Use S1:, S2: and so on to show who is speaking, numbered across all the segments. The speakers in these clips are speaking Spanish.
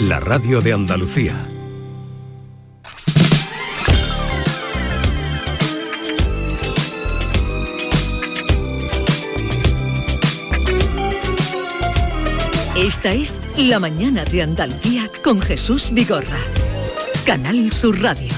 S1: la radio de Andalucía.
S2: Esta es La mañana de Andalucía con Jesús Vigorra. Canal Sur Radio.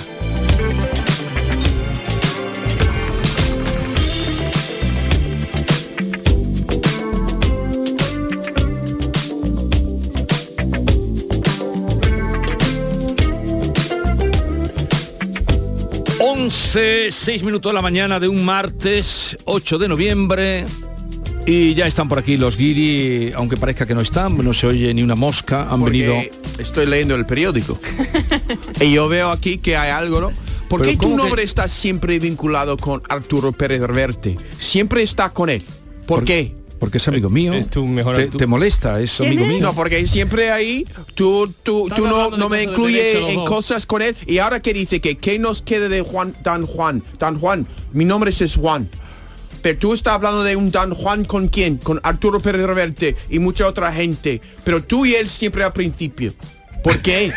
S3: Once, seis minutos de la mañana de un martes 8 de noviembre. Y ya están por aquí los guiri, aunque parezca que no están, no se oye ni una mosca, han
S4: Porque
S3: venido...
S4: Estoy leyendo el periódico. y yo veo aquí que hay algo, ¿no? ¿Por
S3: Pero
S4: qué tu
S3: ¿cómo que-
S4: nombre está siempre vinculado con Arturo Pérez Reverte? Siempre está con él. ¿Por, qué?
S3: Porque es
S5: Eh,
S3: amigo mío.
S4: es tu mejor
S3: te,
S4: amigo.
S3: te molesta, es amigo mío.
S4: No, porque siempre ahí tú, tú, tú no, no me
S5: cosas de derecha, los
S4: incluye en
S5: dos.
S4: cosas con él. Y ahora que dice que ¿qué nos queda de Juan, Dan Juan? Dan Juan, mi nombre es Juan. Pero tú estás hablando de un Dan Juan con quién? Con Arturo Pérez Reverte y mucha otra gente. Pero tú y él siempre al principio. ¿Por qué?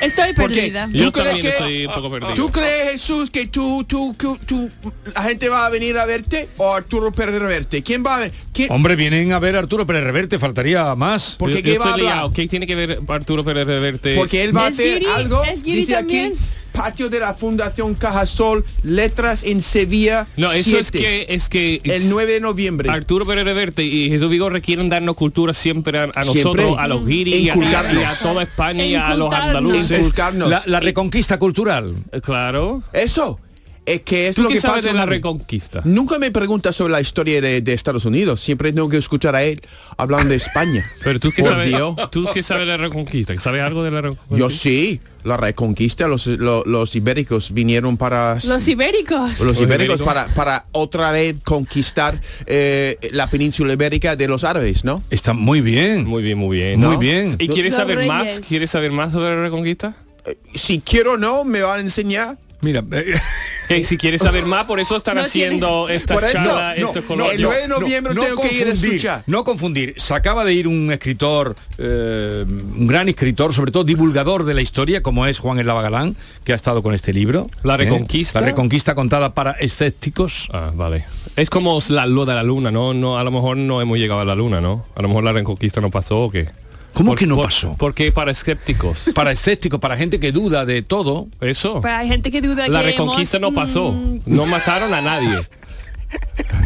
S6: Estoy
S4: ¿Por qué?
S6: perdida.
S4: ¿Tú crees que- ¿Tú crees, Jesús, que tú, tú, tú, tú- la gente va a venir a verte o Arturo Pérez Reverte? ¿Quién va a ver? ¿Quién?
S3: Hombre, vienen a ver a Arturo Pérez Reverte, faltaría más.
S4: Porque Yo- yo ¿qué va a estoy hablar? liado.
S3: ¿Qué tiene que ver Arturo Pérez Reverte?
S4: Porque él va a
S6: ¿Es
S4: hacer
S6: Giri?
S4: algo.
S6: ¿Es Giri
S4: dice
S6: también?
S4: aquí, patio de la Fundación Cajasol, letras en Sevilla.
S5: No, eso es
S4: 7.
S5: que es que
S4: El 9 de noviembre.
S5: Arturo Pérez Reverte y Jesús Vigorra quieren darnos cultura siempre a, a nosotros,
S4: Siempre.
S5: a los guiris y a,
S4: Inculcarnos.
S5: y a toda España y a los andaluces.
S4: Inculcarnos.
S3: La, la reconquista cultural.
S5: Claro.
S4: Eso. Es que es
S5: ¿Tú
S4: lo
S5: qué
S4: que
S5: sabes
S4: pasa
S5: de la
S4: en-
S5: Reconquista?
S4: Nunca me preguntas sobre la historia de, de Estados Unidos. Siempre tengo que escuchar a él hablando de España.
S5: Pero tú qué
S4: Por
S5: sabes,
S4: Dios.
S5: tú qué sabes de la Reconquista, ¿sabes algo de la Reconquista?
S4: Yo sí, la reconquista, los, lo- los ibéricos vinieron para...
S6: Los ibéricos.
S4: los ibéricos
S5: ibéricos.
S4: para, para otra vez conquistar eh, la península ibérica de los árabes, ¿no?
S3: Está muy bien.
S5: Muy bien, muy bien.
S4: ¿No?
S3: Muy bien.
S5: ¿Y quieres
S6: Los
S5: saber más?
S6: reyes.
S5: ¿Quieres saber más sobre la Reconquista?
S4: Eh, Si quiero o no, me van a enseñar.
S3: Mira, eh,
S5: Que si quieres saber más, por eso están
S6: No
S5: haciendo
S4: Por
S5: esta
S4: eso,
S5: charla,
S4: no,
S5: estos
S4: no,
S5: colores.
S4: el 9 de noviembre tengo que ir a escuchar.
S3: No confundir. Se acaba de ir un escritor, eh, un gran escritor, sobre todo divulgador de la historia, como es Juan Elava Galán, que ha estado con este libro.
S5: La
S3: ¿eh?
S5: Reconquista.
S3: La Reconquista contada para escépticos.
S5: Ah, vale. Es como la luz de la luna, ¿no? no A lo mejor no hemos llegado a la luna, ¿no? A lo mejor la reconquista no pasó o qué.
S3: ¿Cómo
S5: Por-
S3: que no
S5: por-
S3: pasó?
S5: Porque para escépticos.
S3: Para escépticos, para gente que duda de todo.
S5: Eso.
S6: Pero hay gente que duda
S5: La
S6: que
S5: reconquista
S6: hemos-
S5: no pasó.
S6: Mm,
S5: No mataron a nadie.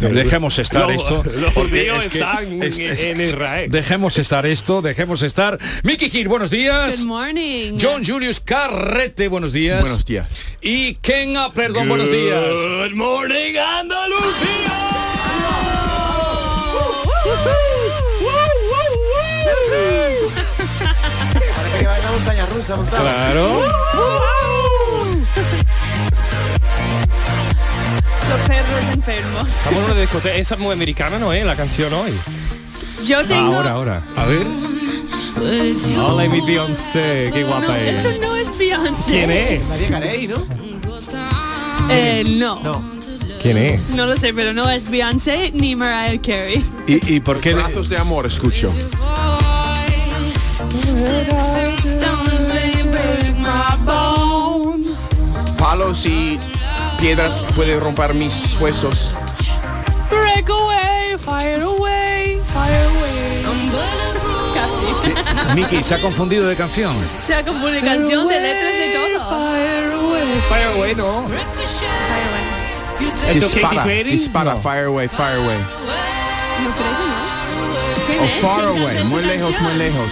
S3: Dejemos estar
S5: Los-
S3: esto.
S5: los
S3: porque
S5: judíos
S3: es que-
S5: están
S3: es-
S5: en Israel.
S3: Dejemos estar esto, dejemos estar. Mickey Gil, buenos días.
S6: Good morning.
S3: John Julius Carrete, buenos días.
S4: Buenos días.
S3: Y Ken perdón, buenos días.
S5: Good morning, Andalucía. Claro.
S6: Los perros enfermos.
S5: Estamos en una discoteca. Esa es muy americana, ¿no es? La canción hoy. Ah,
S6: Yo tengo...
S5: Ahora, ahora. A ver. Hola, mi Beyoncé. Qué
S6: No,
S5: guapa es.
S6: eso no es Beyoncé.
S5: ¿Quién es?
S6: Eh, no. no.
S5: ¿Quién es?
S6: lo sé, pero no es Beyoncé ni Mariah Carey.
S3: ¿Y, y por qué?
S4: Brazos de amor, escucho. Palos y piedras pueden romper mis huesos.
S6: Break away, fire away, fire away. Casi.
S3: Miki se ha confundido de canción.
S6: Se ha confundido canción de letras de todo.
S5: Pero bueno. ¿Esto es Katy
S4: Dispara,
S5: Perry?
S4: dispara,
S5: No.
S4: fire away, fire away.
S6: No creo, ¿no? ¿Quién
S4: O
S6: es?
S4: far
S6: ¿Quién canta
S4: away,
S6: esa
S4: muy lejos,
S6: canción?
S4: muy lejos.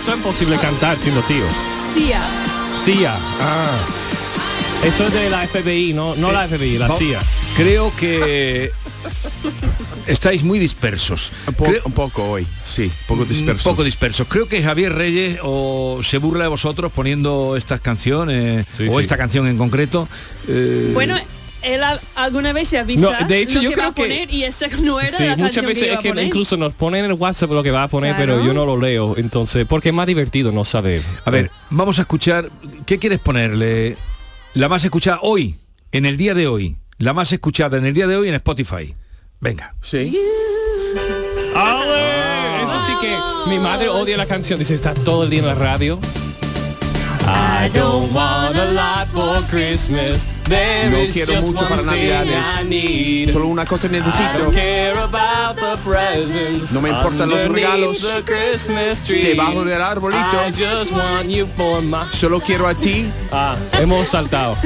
S5: Eso es imposible cantar siendo tío.
S6: Sia.
S5: CIA. Ah. Eso es de la FBI, no, no la FBI, la
S3: Va-
S5: CIA.
S3: Creo que estáis muy dispersos.
S4: Un, po-
S3: Creo-
S4: un poco hoy, sí, un poco disperso.
S3: Poco dispersos. Creo que Javier Reyes o se burla de vosotros poniendo estas canciones
S5: Sí,
S3: o
S5: sí.
S3: esta canción en concreto. eh,
S6: Bueno, él a- alguna vez se avisa
S5: No, de hecho,
S6: lo
S5: yo
S6: que va a
S5: creo que-
S6: poner y esa no era
S5: Sí,
S6: la
S5: muchas
S6: canción que
S5: veces
S6: iba
S5: es
S6: a
S5: que
S6: poner.
S5: incluso nos ponen en el WhatsApp lo que va a poner, pero
S6: Claro.
S5: yo no lo leo, entonces, porque es más divertido no saber.
S3: a ver, vamos a escuchar. ¿Qué quieres ponerle? eh, La más escuchada hoy, en el día de hoy. La más escuchada en el día de hoy en Spotify. Venga.
S4: Sí.
S5: ¡Ale! Eso sí que mi madre odia la canción. Dice, está todo el día en la radio. I don't want a lot for Christmas. There
S4: No
S5: is
S4: quiero
S5: just
S4: mucho para
S5: one thing
S4: Navidades.
S5: I need.
S4: Solo una cosa
S5: I don't
S4: necesito.
S5: care about the presents
S4: No me importan los
S5: underneath
S4: regalos.
S5: the Christmas tree.
S4: Debajo del arbolito.
S5: I just want you for my-
S4: Solo quiero a ti.
S5: Ah, hemos saltado.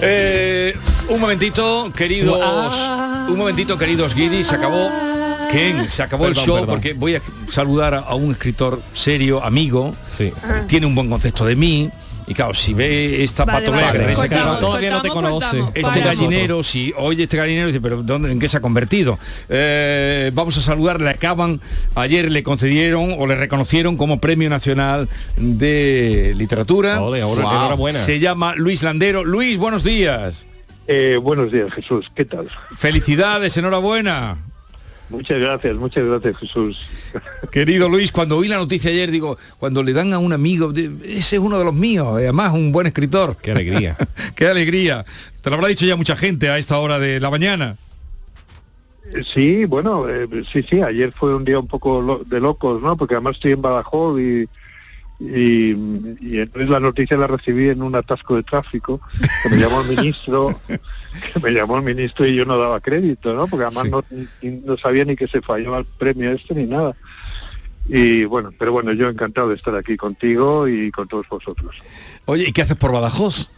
S3: Eh, un momentito, queridos.
S5: Ah.
S3: Un momentito, queridos Guiri, se acabó. ¿Quién? Se acabó el
S5: Perdón,
S3: show
S5: perdón.
S3: porque voy a saludar a- a un escritor serio, amigo.
S5: Sí.
S3: Tiene un buen concepto de mí. Y claro, si ve esta
S6: Ah. Vale,
S3: patolea
S6: vale,
S3: que tenéis aquí,
S6: cortamos,
S5: todavía no te
S6: cortamos,
S5: conoce.
S6: cortamos.
S3: este
S6: Paramos.
S3: gallinero, si oye este gallinero, dice, pero dónde, ¿en qué se ha convertido? Eh, vamos a saludar, le acaban, ayer le concedieron o le reconocieron como Premio Nacional de Literatura.
S5: Ole, ahora,
S4: Wow.
S5: enhorabuena.
S3: Se llama Luis Landero. Luis, buenos días.
S1: Eh, buenos días, Jesús. ¿Qué tal?
S3: Felicidades, enhorabuena.
S1: Muchas gracias, muchas gracias, Jesús.
S3: Querido Luis, cuando oí la noticia ayer, digo, cuando le dan a un amigo, de- ese es uno de los míos, y además un buen escritor.
S5: Qué alegría.
S3: Qué alegría. Te lo habrá dicho ya mucha gente a esta hora de la mañana.
S1: Eh, Sí, bueno, eh, sí, sí, ayer fue un día un poco lo- de locos, ¿no? Porque además estoy en Badajoz y, y, y entonces la noticia la recibí en un atasco de tráfico, que me llamó el ministro, que me llamó el ministro y yo no daba crédito, ¿no? Porque además
S5: Sí.
S1: no, ni- no sabía ni que se falló al premio este ni nada. Y bueno, pero bueno, yo encantado de estar aquí contigo y con todos vosotros.
S3: Oye, ¿y qué haces por Badajoz?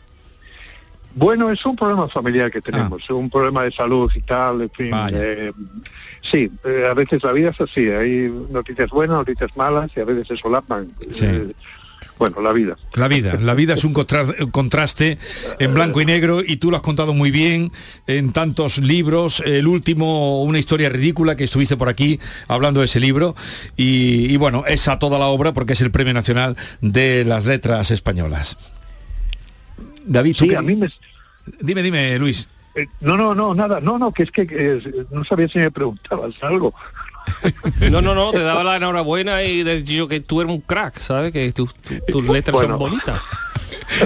S1: Bueno, es un problema familiar que tenemos, un problema de salud y tal, en fin.
S3: Ah. Vaya.
S1: eh, sí, eh, a veces la vida es así, hay noticias buenas, noticias malas y a veces se solapan.
S3: Sí.
S1: eh, bueno, la vida.
S3: La vida, la vida es un contra- un contraste en blanco y negro y tú lo has contado muy bien en tantos libros. El último, una historia ridícula que estuviste por aquí hablando de ese libro y, y bueno, es a toda la obra porque es el Premio Nacional de las Letras Españolas. David, ¿tú
S1: Sí,
S3: qué-
S1: a mí me...
S3: dime, dime, Luis.
S1: eh, no, no, no, nada, no, no, que es que eh, no sabía si me preguntabas algo.
S5: No, no, no, te daba la enhorabuena y de- yo que tú eres un crack, ¿sabes? Que tus tu- tus letras son
S1: Bueno.
S5: bonitas.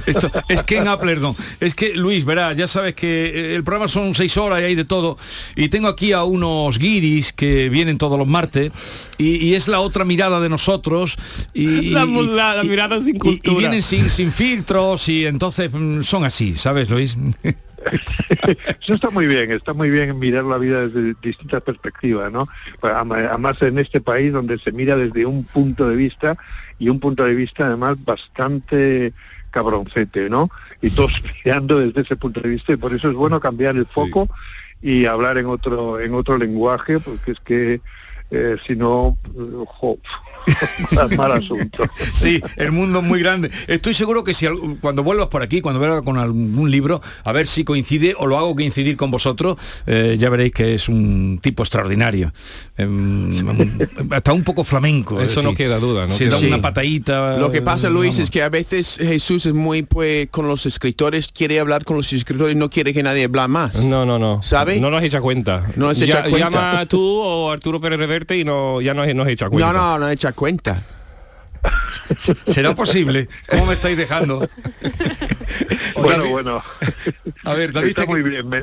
S3: Esto, es que en Apler no. Es que, Luis, verás, ya sabes que eh, el programa son seis horas y hay de todo. Y tengo aquí a unos guiris que vienen todos los martes. Y, y es la otra mirada de nosotros. Y,
S5: La
S3: y-
S5: mu- la- la
S3: y-
S5: mirada
S3: y-
S5: sin
S3: Y,
S5: cultura.
S3: vienen sin, sin filtros y entonces mm, son así, ¿sabes, Luis?
S1: Eso está muy bien, está muy bien mirar la vida desde distintas perspectivas, ¿no? Pues, Ama- Además en este país donde se mira desde un punto de vista y un punto de vista además bastante cabroncete, ¿no? Y todos mirando desde ese punto de vista y por eso es bueno cambiar el foco y hablar en otro en otro lenguaje porque es que eh, si no eh, jo, mal- mal asunto.
S3: Sí, el mundo es muy grande. Estoy seguro que si al- cuando vuelvas por aquí, cuando vuelvas con algún libro, a ver si coincide o lo hago coincidir con vosotros, eh, ya veréis que es un tipo extraordinario. Em, hasta un poco flamenco. es
S5: Eso no
S3: decir,
S5: queda duda, ¿no?
S3: Se
S5: queda
S3: da
S5: duda.
S3: una patadita.
S4: Lo que pasa,
S3: eh,
S4: Luis,
S3: vamos.
S4: es que a veces Jesús es muy pues con los escritores, quiere hablar con los escritores, no quiere que nadie hable más.
S5: No, no, no.
S4: ¿Sabe?
S5: No nos echa cuenta.
S4: No nos echa
S5: Ya-
S4: cuenta.
S5: Llama tú o Arturo Pérez Reverte y no, ya nos, nos echa cuenta.
S4: No, no, no echa cuenta. Eh,
S3: ¿Será posible? ¿Cómo me estáis dejando?
S1: Bueno,
S3: David-
S1: bueno.
S3: A ver, David,
S1: Está
S3: te-
S1: muy bien. me-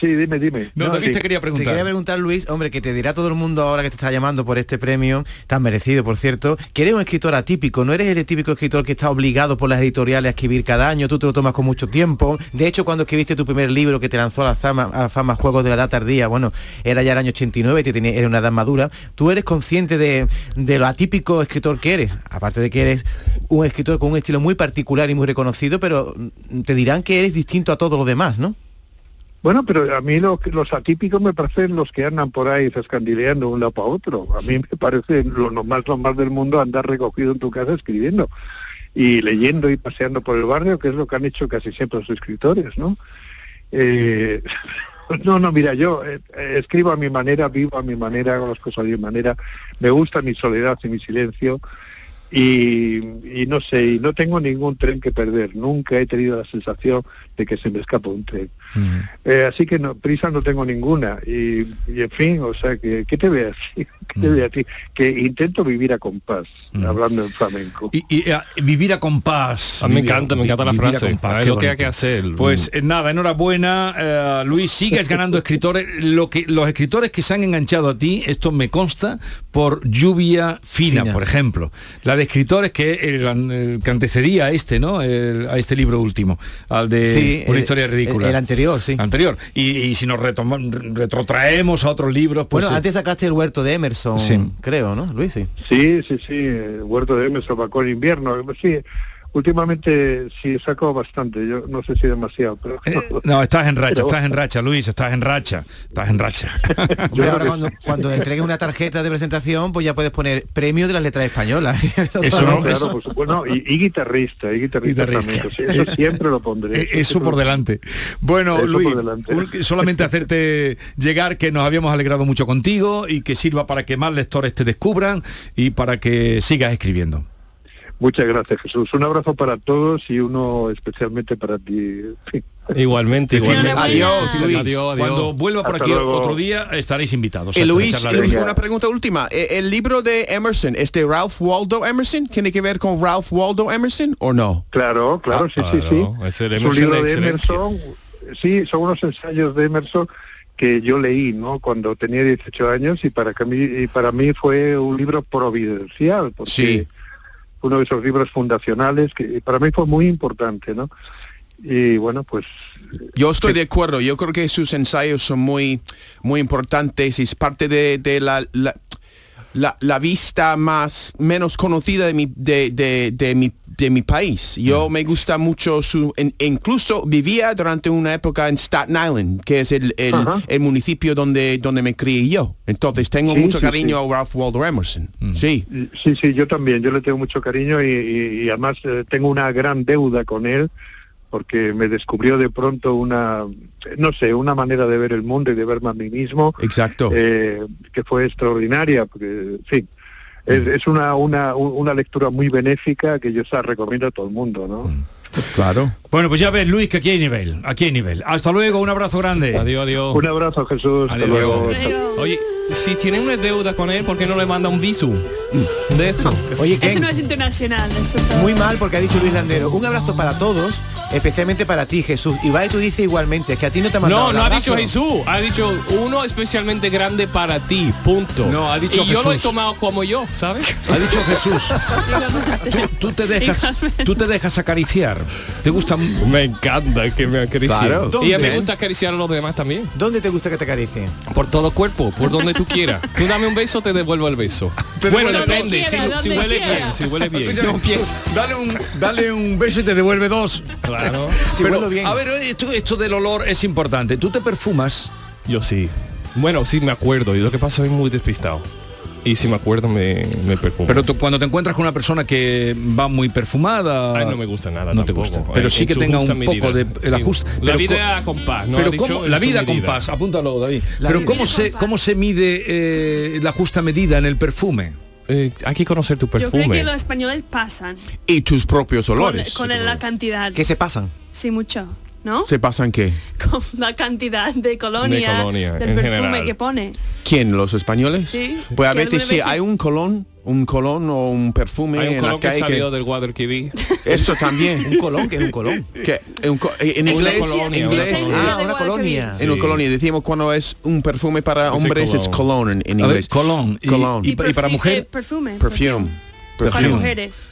S1: Sí, dime, dime.
S3: no, David
S1: sí.
S3: te quería
S7: Te
S3: preguntar.
S7: quería preguntar, Luis, hombre, que te dirá todo el mundo ahora que te está llamando por este premio, tan merecido, por cierto, que eres un escritor atípico, no eres el típico escritor que está obligado por las editoriales a escribir cada año, tú te lo tomas con mucho tiempo. De hecho, cuando escribiste tu primer libro que te lanzó a la fama, a la fama Juegos de la Edad Tardía, bueno, era ya el año 89 y te tenía- era una edad madura, tú eres consciente de, de lo atípico escritor que eres, aparte de que eres un escritor con un estilo muy particular y muy reconocido, pero mm, te dirán que eres distinto a todos los demás, ¿no?
S1: Bueno, pero a mí lo que- los atípicos me parecen los que andan por ahí zascandileando de un lado para otro. A mí me parece lo, lo más normal del mundo andar recogido en tu casa escribiendo y leyendo y paseando por el barrio, que es lo que han hecho casi siempre los escritores, ¿no? Eh, no, no, mira, yo eh, eh, escribo a mi manera, vivo a mi manera, hago las cosas a mi manera, me gusta mi soledad y mi silencio y, y no sé, y no tengo ningún tren que perder. Nunca he tenido la sensación de que se me escapa un tren. Eh, así que no, prisa no tengo ninguna. Y, y en fin, o sea, que, ¿qué te voy a decir? ¿Qué te voy a
S3: Mm.
S1: decir? Que intento vivir a compás, hablando en flamenco.
S3: Y, y, eh, vivir a compás.
S5: A mí me
S3: Vivir a-
S5: encanta, me encanta la
S3: vivir a
S5: frase.
S3: compás,
S5: Ah, es
S3: qué
S5: lo que hay
S3: bonito.
S5: que hacer.
S3: Pues eh, nada, enhorabuena, eh, Luis, sigues ganando escritores. Lo que, los escritores que se han enganchado a ti, esto me consta, por lluvia fina,
S7: Fina.
S3: por ejemplo. La de escritores que, el an- el que antecedía a este, ¿no? El- a este libro último, al de
S7: Sí,
S3: Una
S5: eh,
S7: el-
S3: historia
S7: el-
S3: ridícula.
S7: el anterior, sí.
S3: Anterior. Y, y si nos retoma- retrotraemos a otros libros, pues...
S7: bueno,
S3: eh,
S7: antes sacaste el huerto de Emerson,
S3: Sí.
S7: creo, ¿no, Luis? Sí.
S1: Sí, sí, sí, eh, Huerto de M, Sobacó en invierno. Sí, últimamente sí saco bastante, yo no sé si demasiado, pero...
S3: eh, no, estás en racha,
S1: Pero-
S3: estás en racha, Luis, estás en racha, estás en racha.
S1: Yo
S7: Hombre,
S1: creo
S7: ahora
S1: que
S7: cuando, cuando entregues una tarjeta de presentación, pues ya puedes poner premio de las letras españolas.
S3: Eso no,
S1: claro, pues.
S3: eso-
S1: por supuesto. No, y, y guitarrista, y guitarrista,
S3: Guitarrista.
S1: también. Sí, eso siempre lo pondré.
S3: Eh, Eso por delante. Bueno,
S1: Eso por
S3: Luis,
S1: delante.
S3: un- solamente hacerte llegar que nos habíamos alegrado mucho contigo y que sirva para que más lectores te descubran y para que sigas escribiendo.
S1: Muchas gracias, Jesús. Un abrazo para todos y uno especialmente para ti.
S5: Igualmente, igualmente.
S6: Enhorabuena.
S4: Adiós, Luis.
S5: Adiós, adiós.
S3: Cuando vuelva por
S1: Hasta
S3: aquí
S1: luego.
S3: otro día estaréis invitados.
S4: Y
S3: a esta
S4: Luis,
S3: charla
S4: y
S3: de-
S4: Luis,
S1: Venga.
S4: una pregunta última. E- ¿El, libro de Emerson es de Ralph Waldo Emerson? ¿Tiene que ver con Ralph Waldo Emerson o no?
S1: Claro, claro,
S5: Ah,
S1: sí, sí, sí.
S5: claro. Es el
S1: un
S5: Emerson
S1: libro
S5: de
S1: de
S5: excelencia.
S1: Emerson. Sí, son unos ensayos de Emerson que yo leí, ¿no? Cuando tenía 18 años y para que a mí y para mí fue un libro providencial, porque
S4: Sí.
S1: fue uno de esos libros fundacionales que para mí fue muy importante, ¿no? Y bueno, pues
S4: Yo estoy de acuerdo. Yo creo que sus ensayos son muy, muy importantes y es parte de, de la, la, la- la vista más menos conocida de mi, de, de- de mi, de mi país.
S1: Mm.
S4: Yo me gusta mucho su... en- e incluso vivía durante una época en Staten Island, que es el, el-
S1: Ajá.
S4: el municipio donde, donde me crié yo. Entonces tengo
S1: Sí,
S4: mucho
S1: sí,
S4: cariño
S1: sí.
S4: a Ralph Waldo Emerson. Sí.
S1: Sí, sí, yo también, yo le tengo mucho cariño y, y- y además eh, tengo una gran deuda con él porque me descubrió de pronto una, no sé, una manera de ver el mundo y de verme a mí mismo
S4: Exacto.
S1: eh, que fue extraordinaria, porque, en fin,
S4: Mm.
S1: es, es una, una, una lectura muy benéfica que yo se la recomiendo a todo el mundo, ¿no?
S4: claro.
S3: Bueno, pues ya ves, Luis, que aquí hay nivel, aquí hay nivel. Hasta luego, un abrazo grande.
S5: Adiós, adiós.
S1: Un abrazo, Jesús. Hasta
S5: Adiós.
S1: luego.
S5: Oye, si tiene una deuda con él, ¿por qué no le manda un visum de eso?
S7: Oye,
S6: Eso
S7: Ken,
S6: no es internacional, eso es
S7: muy mal porque ha dicho Luis Landero. Un abrazo para todos, especialmente para ti, Jesús. Y va y tú dices igualmente, es que a ti no te ha mandado
S5: No, no
S7: el
S5: ha
S7: abrazo.
S5: dicho Jesús, ha dicho uno especialmente grande para ti, punto.
S3: No, ha dicho
S5: y yo lo he
S3: Jesús.
S5: tomado como yo, ¿sabes?
S3: Ha dicho Jesús, tú, tú te dejas, tú te dejas acariciar. Te gusta
S5: Me encanta que me acaricien.
S7: Claro.
S5: Y a mí
S7: ¿Dónde?
S5: me gusta acariciar a los demás también.
S7: ¿Dónde te gusta que te acaricien?
S5: Por todo el cuerpo, por donde tú quieras. Tú dame un beso, te devuelvo el beso. bueno,
S6: bueno,
S5: depende,
S6: donde
S5: si,
S6: quiera,
S5: si
S6: donde
S5: huele
S6: quiera.
S5: bien, si huele bien.
S3: Dale un, dale un beso y te devuelve dos.
S5: Claro.
S7: Si
S3: Pero,
S7: huelo bien.
S3: A ver, esto, esto del olor es importante. Tú te perfumas.
S5: Yo sí. Bueno, sí me acuerdo. Y lo que pasa es muy despistado. Y si me acuerdo me, me perfumo.
S3: Pero tú- cuando te encuentras con una persona que va muy perfumada...
S5: Ay, no me gusta nada.
S3: No te
S5: tampoco.
S3: gusta. Pero
S5: En-
S3: sí
S5: en
S3: que
S5: su
S3: tenga
S5: justa
S3: un poco
S5: medida.
S3: de- el ajuste.
S5: La
S3: Pero
S5: vida a compás. ¿no? Ha
S3: Pero
S5: dicho
S3: ¿cómo-
S5: en
S3: la
S5: su
S3: vida
S5: medida.
S3: compás, apúntalo David.
S7: La
S3: Pero
S7: vida.
S3: ¿cómo se, ¿cómo se mide eh, la justa medida en el perfume?
S5: Eh, hay que conocer tu
S6: Yo creo
S5: perfume.
S6: que los españoles pasan
S4: Y tus propios
S6: con,
S4: olores.
S6: con la cantidad.
S7: Que se pasan.
S6: Sí, mucho, ¿no?
S4: ¿Se pasan qué?
S6: Con la cantidad de colonia,
S5: De colonia,
S6: del
S5: en
S6: perfume
S5: general.
S6: que pone.
S4: ¿Quién? ¿Los españoles?
S6: Sí.
S4: Pues a
S6: Que
S4: veces
S6: alguna
S4: sí,
S6: vez sí.
S4: hay un colón, un colón o un perfume
S5: Hay un
S4: en
S5: color
S4: la
S5: que
S4: calle.
S5: salió
S4: Que
S5: del Guadalquivir.
S4: Eso
S7: Un
S4: también.
S7: colón, que es un colón.
S4: que, eh, un co- en
S6: Una
S4: inglés,
S5: colonia,
S4: en
S5: una
S4: inglés,
S5: colonia.
S6: Sí, de
S7: Ah, una
S6: Guadalquivir.
S7: colonia.
S4: en un
S5: Sí.
S4: colón. Y decimos cuando es un perfume para hombres es
S5: cologne.
S4: colón en, en
S3: A ver,
S4: inglés.
S3: colón. Y-
S4: Colón.
S3: y- pa- para
S6: perfi-
S3: mujer?
S6: eh, perfume.
S4: perfume.
S6: Para
S3: Perfume.
S6: mujeres.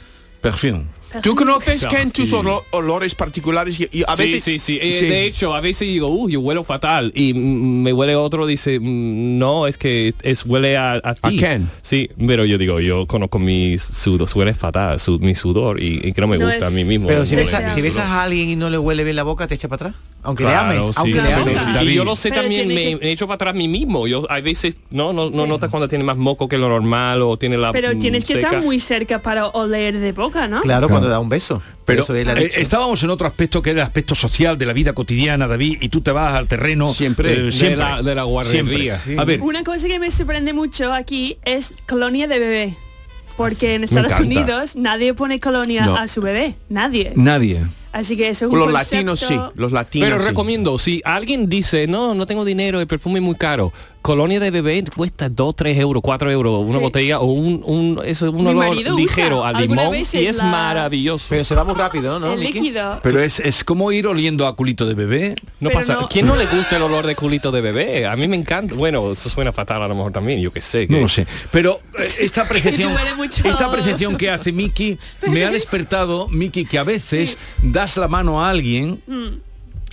S3: Perfume.
S4: ¿Tú conoces que en tus
S5: Sí.
S4: olo- olores particulares? Y, y a
S5: sí,
S4: veces,
S5: sí, sí. Eh,
S4: Sí.
S5: De hecho, a veces digo, uh, yo huelo fatal. Y mm, me huele otro, dice, mm, no, es que es huele a, a ti.
S4: Ken?
S5: Sí, pero yo digo, yo conozco mi sudor, huele fatal, su- mi sudor, y, y que no me
S6: No
S5: gusta a
S6: es-
S5: mí mismo.
S7: Pero si
S5: No
S6: Muy
S7: besas,
S5: huele
S6: bien.
S7: si
S5: mi
S7: besas
S5: sudor.
S7: a alguien y no le huele bien la boca, te echa para atrás. Aunque le
S5: Claro,
S7: ames,
S5: sí,
S7: aunque
S5: sí,
S7: le
S5: pero-
S7: ames.
S6: sí.
S5: y yo lo sé
S6: Pero
S5: también,
S6: tiene
S5: me
S6: que-
S5: me echo para atrás a mí mismo. Yo a veces no, no, no notas cuando tienes más moco que lo normal o tiene la
S6: Pero
S5: mm,
S6: tienes que
S5: seca.
S6: estar muy cerca para oler de boca, ¿no?
S7: Claro, cuando da un beso.
S3: Pero
S7: Eso él ha
S3: eh,
S7: dicho.
S3: estábamos en otro aspecto que era el aspecto social de la vida cotidiana, David, y tú te vas al terreno
S4: Siempre.
S3: eh,
S5: De
S3: siempre.
S5: la- de la guarrería.
S3: Siempre.
S7: Sí.
S3: A ver,
S6: Una cosa que me sorprende mucho aquí es colonia de bebé.
S3: Ah,
S8: Porque en Estados Unidos nadie pone colonia
S4: No.
S8: a su bebé. Nadie.
S3: Nadie.
S8: Así que eso es un
S4: Los
S8: concepto-
S4: latinos sí, los latinos
S5: Pero
S4: sí.
S5: recomiendo, si alguien dice, no, no tengo dinero, el perfume es muy caro, colonia de bebé cuesta 2, 3 euros, 4 euros, una
S8: Sí.
S5: botella o un, un, eso, un
S8: Mi
S5: olor
S8: marido usa
S5: ligero a
S8: algunas
S5: limón
S8: veces
S5: y es
S8: la-
S5: maravilloso.
S7: Pero se va muy rápido, ¿no?
S8: el
S7: Miki?
S8: líquido.
S3: Pero es, es como ir oliendo a culito de bebé.
S5: No
S8: Pero
S5: pasa.
S8: no-
S5: ¿Quién no le gusta el olor de culito de bebé? A mí me encanta. Bueno, eso suena fatal a lo mejor también, yo qué sé.
S3: No
S5: que-
S3: lo sé. Pero eh, esta percepción,
S8: duele mucho.
S3: esta percepción que hace Miki me ha despertado, Miki, que a veces das la mano a alguien
S8: Mm.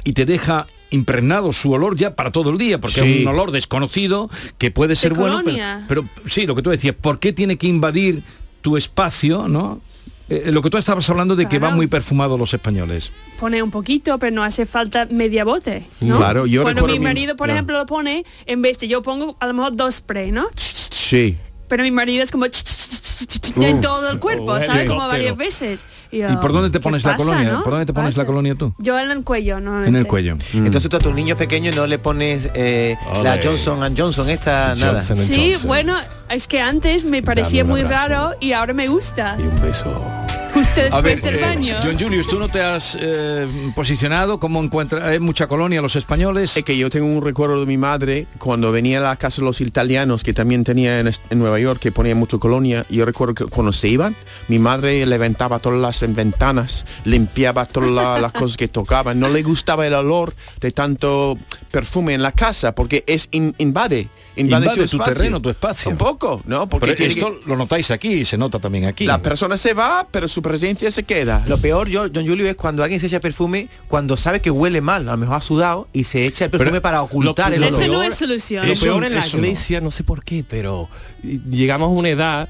S3: y te deja impregnado su olor ya para todo el día, porque
S7: Sí.
S3: es un olor desconocido que puede ser bueno, pero,
S8: colonia.
S3: pero sí, lo que tú decías, ¿por qué tiene que invadir tu espacio, no? Eh, lo que tú estabas hablando de que
S8: Claro.
S3: van muy perfumados los españoles.
S8: pone un poquito, pero no hace falta media bote, ¿no?
S4: Claro, yo
S8: Cuando
S4: recuerdo
S8: mi
S4: mi-
S8: marido, por
S4: ya.
S8: ejemplo, lo pone, en vez de yo pongo a lo mejor dos spray, ¿no?
S4: Sí.
S8: Pero mi marido es como en
S3: Uh.
S8: todo el cuerpo,
S5: Oh,
S8: ¿sabes? Como
S5: helicóptero.
S8: varias veces.
S3: ¿Y por dónde te
S8: ¿qué
S3: pones la colonia? ¿Por dónde te pones la colonia tú?
S8: Yo en el cuello, ¿no?
S3: En el cuello.
S7: Entonces tú a tus niños pequeños no le pones eh, la
S5: Ole.
S7: Johnson and Johnson esta
S5: Johnson and
S8: Sí,
S5: Johnson.
S8: bueno, es que antes me parecía
S5: un
S8: muy
S5: abrazo.
S8: raro y ahora me gusta.
S5: Y un beso.
S8: Justo
S3: A ver,
S8: después del
S3: eh,
S8: baño.
S3: John Julius, tú no te has eh, posicionado, ¿cómo encuentra hay mucha colonia los españoles?
S4: Es que yo tengo un recuerdo de mi madre cuando venía a la casa de los italianos que también tenía en, est- en Nueva York que ponía mucho colonia. Yo recuerdo que cuando se iban, mi madre levantaba todas las ventanas, limpiaba todas la- las cosas que tocaban. No le gustaba el olor de tanto perfume en la casa porque es in- invade, invade,
S3: Invade tu
S4: espacio.
S3: terreno, tu espacio.
S4: Un poco, ¿no? Porque
S3: Pero
S4: tiene
S3: esto lo notáis aquí y se nota también aquí.
S4: que- la persona se va, pero su presencia se queda.
S7: Lo peor, yo, John Julio, es cuando alguien se echa perfume cuando sabe que huele mal, a lo mejor ha sudado y se echa el perfume
S3: Pero
S7: para ocultar
S5: que-
S7: el
S5: lo
S8: Eso
S7: olor.
S8: no
S5: peor-
S8: es solución.
S5: Lo
S3: Eso-
S5: peor en la
S3: eso no.
S5: iglesia, no. sé por qué, pero eh, llegamos a una edad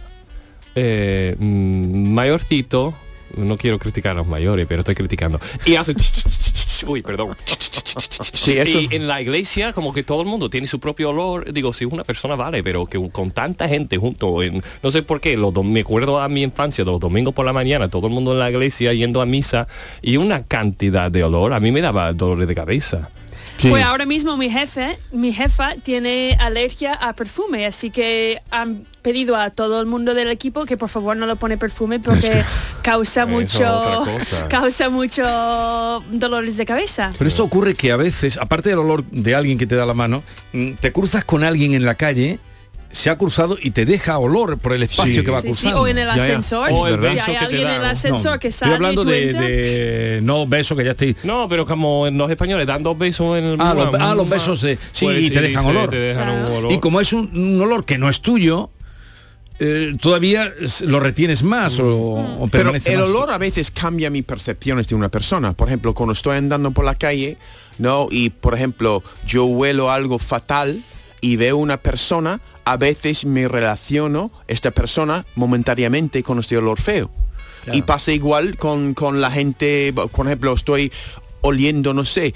S5: eh, mm, mayorcito. No quiero criticar a los mayores, pero estoy criticando. Y hace... Uy, perdón.
S4: Sí, eso-
S5: Y en la iglesia como que todo el mundo tiene su propio olor. Digo, si una persona vale, pero que con tanta gente junto, en- no sé por qué, los dom- me acuerdo a mi infancia, los domingos por la mañana, todo el mundo en la iglesia yendo a misa y una cantidad de olor, a mí me daba dolores de cabeza.
S8: Pues ahora mismo mi jefe, mi jefa tiene alergia a perfume, así que han pedido a todo el mundo del equipo que por favor no lo pone perfume porque causa
S5: eso
S8: mucho
S5: otra cosa.
S8: causa mucho dolores de cabeza.
S3: Pero esto ocurre que a veces, aparte del olor de alguien que te da la mano, mm, te cruzas con alguien en la calle, se ha cruzado y te deja olor por el espacio
S4: Sí.
S3: que va
S8: Sí, sí,
S3: cruzando.
S8: o en el
S4: Ya, ya.
S8: ascensor,
S5: O el
S8: si
S5: beso
S8: hay
S5: que te
S8: alguien
S5: dan.
S8: en el ascensor
S3: No,
S8: que
S3: estoy
S8: sale
S3: hablando
S8: y tú
S3: de,
S8: entras,
S3: de- no beso que ya estoy
S5: No, pero como en los españoles dan dos besos en el
S3: Ah, los- ah, los besos de- sí, y te dejan olor.
S5: eh, Pues te dejan un
S8: Claro.
S5: olor.
S3: y como es un, un olor que no es tuyo eh, todavía es- lo retienes más o,
S5: Mm.
S3: o
S4: Pero
S3: permanece
S4: el
S3: más.
S4: olor a veces cambia mis percepciones de una persona. Por ejemplo, cuando estoy andando por la calle, ¿no? Y, por ejemplo, yo huelo algo fatal y veo una persona, a veces me relaciono esta persona momentáneamente con este olor feo. Y pasa igual con, con la gente, por ejemplo, estoy oliendo, no sé,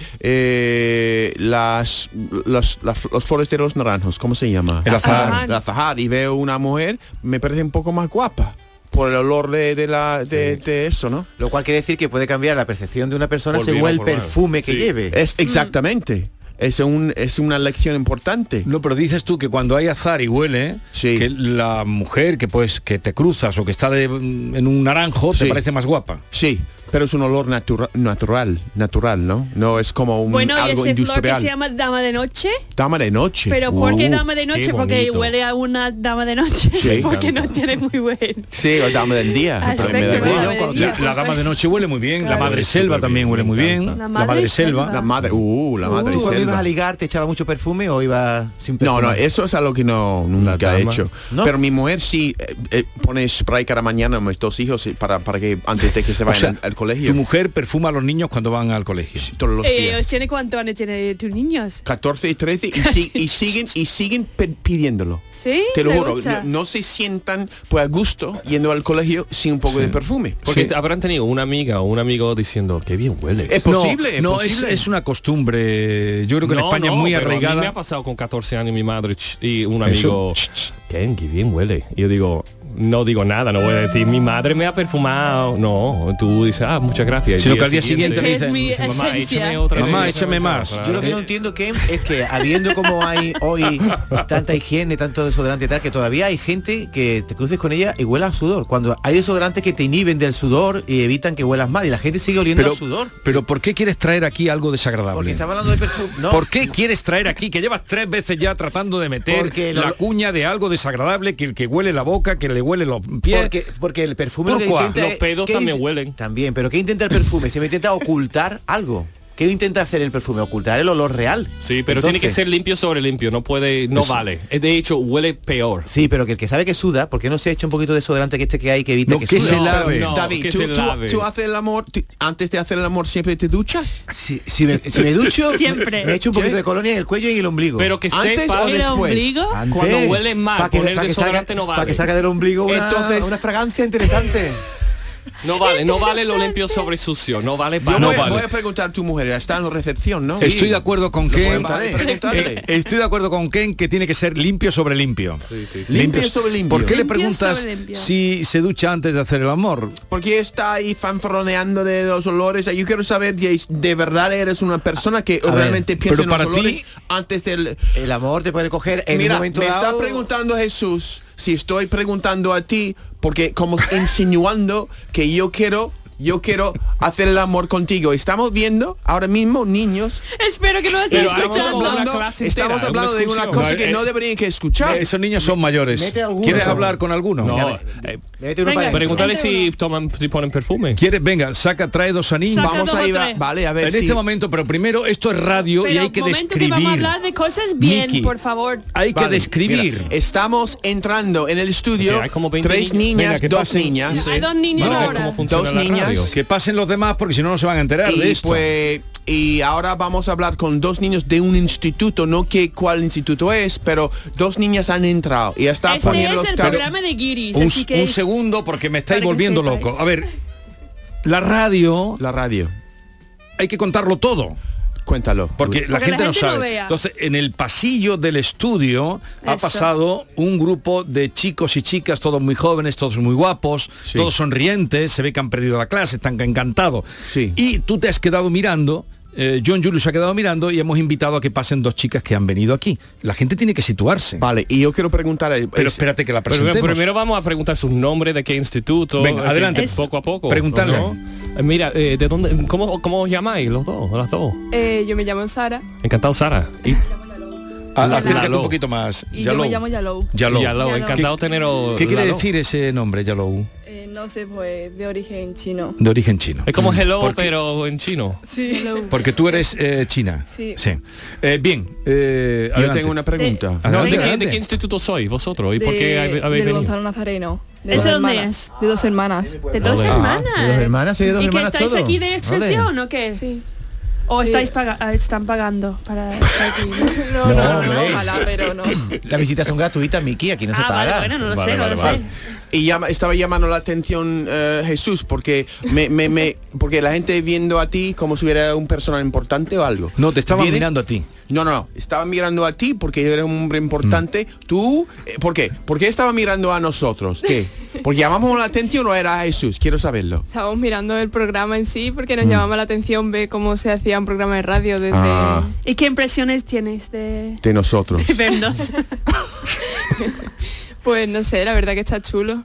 S4: eh, las, las, las- las flores de los naranjos, ¿cómo se llama?
S3: El azahar.
S8: Azahar.
S4: La Zahar y veo una mujer, me parece un poco más guapa por el olor de, de la, de, de eso, ¿no?
S7: Lo cual quiere decir que puede cambiar la percepción de una persona
S5: Por
S7: según
S5: bien o
S7: el
S5: por mal.
S7: perfume que
S5: Sí.
S7: lleve.
S4: Es exactamente. Es, un, es una lección importante.
S3: No, pero dices tú que cuando hay azar y huele,
S4: Sí.
S3: que la mujer que pues que te cruzas o que está de- en un naranjo te
S4: Sí.
S3: parece más guapa.
S4: Sí, pero es un olor natura- natural, natural, ¿no? No es como un
S8: bueno, y
S4: algo
S8: ese flor que
S4: industrial.
S8: se llama dama de noche,
S4: Dama de noche. Uh,
S8: pero ¿por qué dama de
S5: Uh, qué
S8: noche? Porque
S5: bonito.
S8: huele a una dama de noche,
S4: Sí.
S8: porque no tiene muy buen.
S4: Sí, o dama del día.
S8: Aspecto,
S4: pero me da
S8: ¿no?
S4: igual.
S8: Dama del día,
S3: La, la dama de noche huele muy bien,
S8: Claro.
S3: la madre selva
S5: Súper
S3: también
S5: bien,
S3: huele
S5: me
S3: muy bien,
S5: encanta.
S3: la
S8: La
S3: madre,
S8: madre
S3: selva.
S4: La madre, uh, la madre
S7: ¿Tú cuando
S4: selva.
S7: ibas a ligar te echaba mucho perfume o ibas sin
S4: No,
S7: perfume?
S4: no, eso es algo que no nunca
S5: La
S4: he
S5: dama.
S4: hecho.
S7: No.
S4: Pero mi mujer sí eh, eh, pone spray cada mañana a mis dos hijos eh, para, para que antes de que se
S3: O
S4: vayan
S3: sea,
S4: al, al colegio.
S3: Tu mujer perfuma a los niños cuando van al colegio.
S4: Todos los
S8: Eh,
S4: días.
S8: ¿Tiene cuántos años tiene tus niños?
S4: 14 y 13 y, si- y siguen y siguen pe- pidiéndolo.
S8: Sí,
S4: Te lo
S8: ¿Te
S4: juro,
S8: gusta?
S4: no, no se sientan pues a gusto yendo al colegio sin un poco de perfume.
S5: Porque
S3: Sí.
S5: te- habrán tenido una amiga o un amigo diciendo, qué bien huele.
S4: Es posible,
S3: no,
S4: es
S3: es,
S4: posible.
S3: es una costumbre, yo creo que en
S5: No,
S3: España es
S5: no,
S3: muy
S5: pero a mí me
S3: arraigada.
S5: ha pasado con 14 años mi madre ch, y un
S3: Eso.
S5: amigo,
S3: Ch, ch.
S5: Ken, qué bien huele. Y yo digo, no digo nada, no voy a decir, mi madre me ha perfumado. No, tú dices, ah, muchas gracias.
S3: Sino que al día siguiente
S6: Que es
S3: dicen,
S6: mi
S5: mamá,
S6: esencia.
S5: échame Eh, otra.
S3: Mamá,
S5: vez".
S3: échame más.
S5: Claro.
S7: Yo lo que no entiendo, Ken, es que habiendo como hay hoy tanta higiene, tanto desodorante y tal, que todavía hay gente que te cruces con ella y huela a sudor. Cuando hay desodorantes que te inhiben del sudor y evitan que huelas mal y la gente sigue oliendo
S3: Pero,
S7: a sudor.
S3: pero ¿por qué quieres traer aquí algo
S7: Porque
S3: desagradable?
S7: estaba hablando de perfume. No,
S3: ¿Por qué quieres traer aquí, que llevas tres veces ya tratando de meter
S7: Porque el
S3: la
S7: olor-
S3: cuña de algo desagradable, que el que huele la boca, que le huele los pies?
S7: porque, porque el perfume lo
S3: ¿Por
S7: que
S3: cuál?
S7: intenta
S5: Los
S7: es-
S5: pedos
S7: ¿qué
S5: también
S7: int-
S5: huelen.
S7: También, pero ¿qué intenta el perfume? Se me intenta ocultar algo. ¿Qué intenta hacer el perfume? Ocultar el olor real.
S5: Sí, pero tiene que
S7: Entonces-
S5: ser limpio sobre limpio, no puede, no
S3: Eso.
S5: vale. Eh, De hecho, huele peor.
S7: Sí, pero que el que sabe que suda, ¿por qué no se echa un poquito de desodorante que este que hay que evita
S3: No,
S7: que
S3: que
S7: suda?
S3: se la-
S5: pero
S3: lave.
S5: no,
S4: David,
S5: que
S4: ¿tú,
S5: se
S4: tú-
S5: lave.
S4: tú haces el amor, tú- antes de hacer el amor siempre te duchas?
S7: Si, si me, eh, si me ducho,
S6: Siempre.
S7: me echo un poquito de colonia en el cuello y en el ombligo.
S5: Pero que
S4: ¿Antes
S5: sepa...
S4: o
S6: ¿Era
S4: después?
S6: ombligo?
S7: Antes,
S5: cuando huele mal,
S7: pa'
S5: poner
S7: pa' salga-
S5: desodorante no vale.
S7: pa' que salga del ombligo una,
S4: Entonces-
S7: una fragancia interesante.
S5: No vale, no vale lo limpio sobre sucio, no vale
S4: Yo
S5: para no
S4: voy, a-
S5: vale.
S4: voy a preguntar a tu mujer, está en la recepción, ¿no?
S3: Estoy de acuerdo con Ken.
S4: Ah, podemos hacer,
S3: Eh,
S4: preguntarle.
S3: Estoy de acuerdo con Ken que tiene que ser limpio sobre limpio.
S4: Limpio sobre limpio.
S3: ¿Por qué le
S6: Limpio
S3: preguntas
S6: sobre limpio.
S3: si se ducha antes de hacer el amor?
S4: Porque está ahí fanfroneando de los olores. Yo quiero saber si de verdad eres una persona que
S7: ver,
S4: realmente piensa
S3: pero
S4: en los
S3: para ti-
S4: olores antes del...
S7: El amor te puede coger en
S4: Mira,
S7: un
S4: me
S7: momento
S4: está
S7: dado.
S4: preguntando Jesús si estoy preguntando a ti porque como insinuando que yo quiero yo quiero hacer el amor contigo. Estamos viendo ahora mismo niños.
S6: Espero que no estés
S5: Pero
S4: Estamos
S5: hagamos una
S6: escuchando.
S4: hablando,
S5: clase
S4: estamos
S5: entera, ¿eh?
S4: hablando
S5: una
S4: de una
S5: excursión.
S4: cosa
S5: No,
S4: que
S5: eh,
S4: no deberían que escuchar.
S3: Eh, Esos niños son mayores.
S7: mete alguno,
S3: ¿Quieres
S7: ¿no?
S3: hablar con alguno?
S5: No,
S7: me-
S5: eh,
S7: Le mete uno
S6: Venga,
S7: para adentro.
S5: pregúntale
S6: Dentro.
S5: si toman, si ponen perfume.
S3: ¿Quieres? Venga, saca, trae dos anillos.
S6: Saca
S4: Vamos
S6: dos
S4: a
S6: o
S4: ir,
S6: tres.
S4: vale, a ver
S3: en
S4: si
S3: este momento, pero primero esto es radio y
S6: Pero
S3: hay que
S6: momento que
S3: describir.
S6: vamos a hablar de cosas bien,
S3: Miki,
S6: por favor.
S3: Hay que
S4: Vale,
S3: describir.
S4: mira, estamos entrando en el estudio.
S5: Ok, hay como 20
S4: tres
S5: niños.
S4: niñas,
S3: Venga, que
S4: dos
S3: pasen.
S4: niñas.
S6: Hay Ah, dos niños
S5: Vamos a ver
S6: ahora.
S5: cómo funciona
S4: Dos
S5: la
S4: niñas.
S5: radio.
S3: que pasen los demás porque si no no se van a enterar de
S4: Y
S3: esto.
S4: pues y ahora vamos a hablar con dos niños de un instituto, no que cuál instituto es, pero dos niñas han entrado y está
S6: Este
S4: poniendo
S6: es
S4: los
S6: el
S4: cables.
S6: programa de Guiris,
S3: un,
S6: así que
S3: un
S6: es-
S3: segundo porque me estáis
S6: para que
S3: volviendo
S6: sepáis.
S3: loco. A ver, la radio
S4: La radio.
S3: hay que contarlo todo.
S4: Cuéntalo.
S3: Porque la gente no
S6: gente no
S3: sabe.
S6: vea.
S3: Entonces, en el pasillo del estudio ha
S6: Eso.
S3: pasado un grupo de chicos y chicas, todos muy jóvenes, todos muy guapos,
S4: Sí.
S3: todos sonrientes, se ve que han perdido la clase, están encantados.
S4: Sí.
S3: Y tú te has quedado mirando. eh, John Julius se ha quedado mirando y hemos invitado a que pasen dos chicas que han venido aquí. La gente tiene que situarse.
S4: Vale, y yo quiero preguntar a-
S3: Pero
S4: es-
S3: espérate que la
S5: Pero
S3: presentemos.
S5: primero vamos a preguntar sus nombres, de qué instituto.
S3: Venga,
S5: en fin,
S3: adelante.
S5: de Poco a poco.
S3: Preguntadle.
S5: ¿o no? Eh, Mira, eh, ¿de dónde, cómo, cómo os llamáis los dos, las dos?
S8: Eh, yo me llamo Sara
S5: Encantado, Sara. Y
S3: A-
S5: La-
S3: acércate
S5: Lalo.
S3: un poquito más.
S8: y
S3: Yalou.
S8: yo me llamo Yalou.
S3: Yalou.
S5: Yalou,
S6: Yalou.
S5: encantado teneros.
S3: ¿Qué quiere
S5: Lalo.
S3: decir ese nombre, Yalou?
S8: Eh, no sé, pues de origen chino.
S3: De origen chino.
S5: Es como hello,
S3: Porque-
S5: pero en chino.
S8: Sí.
S3: Porque tú eres eh, china.
S8: Sí.
S3: Eh, bien. eh,
S4: yo
S3: adelante.
S4: tengo una pregunta.
S3: Ah,
S5: No, ¿de,
S3: Adelante,
S5: qué, de
S3: adelante.
S5: qué instituto sois vosotros? ¿Y
S8: de,
S5: por qué habe- habéis
S8: del
S5: venido?
S8: Gonzalo Nazareno. De
S6: ¿Eso
S8: dos
S6: dónde
S8: hermanas,
S6: es?
S8: De dos hermanas.
S6: De dos
S5: Ah,
S6: hermanas.
S7: de dos hermanas, sí, de dos
S6: ¿Y que
S7: hermanas
S6: estáis
S7: todo.
S6: aquí de excursión o qué?
S8: Sí.
S6: ¿O
S8: Sí.
S6: estáis paga- ah, están pagando para estar aquí?
S8: No, no, no,
S7: hombre.
S8: ojalá, pues, pero no.
S7: Las visitas son gratuitas, Miki, aquí no se
S6: ah,
S7: paga.
S6: vale, bueno, no lo
S5: Vale,
S6: sé, no
S5: vale,
S6: lo
S5: vale.
S6: sé.
S4: Y llama, estaba llamando la atención eh, Jesús porque me, me, me- porque la gente viendo a ti como si hubiera un personal importante o algo.
S3: No, te estaba
S4: Vienen-
S3: mirando a ti.
S4: No, no, no. Estaba mirando a ti porque yo era un hombre importante.
S5: Mm.
S4: ¿Tú? eh, ¿Por qué? ¿Por qué estaba mirando a nosotros? ¿Qué? ¿Porque llamamos la atención o era a Jesús? Quiero saberlo.
S8: Estábamos mirando el programa en sí porque nos llamaba la atención ver cómo se hacía un programa de radio desde...
S4: Ah.
S6: ¿Y qué impresiones tienes de,
S4: De nosotros.
S6: de vernos?
S8: Pues no sé, la verdad que está chulo.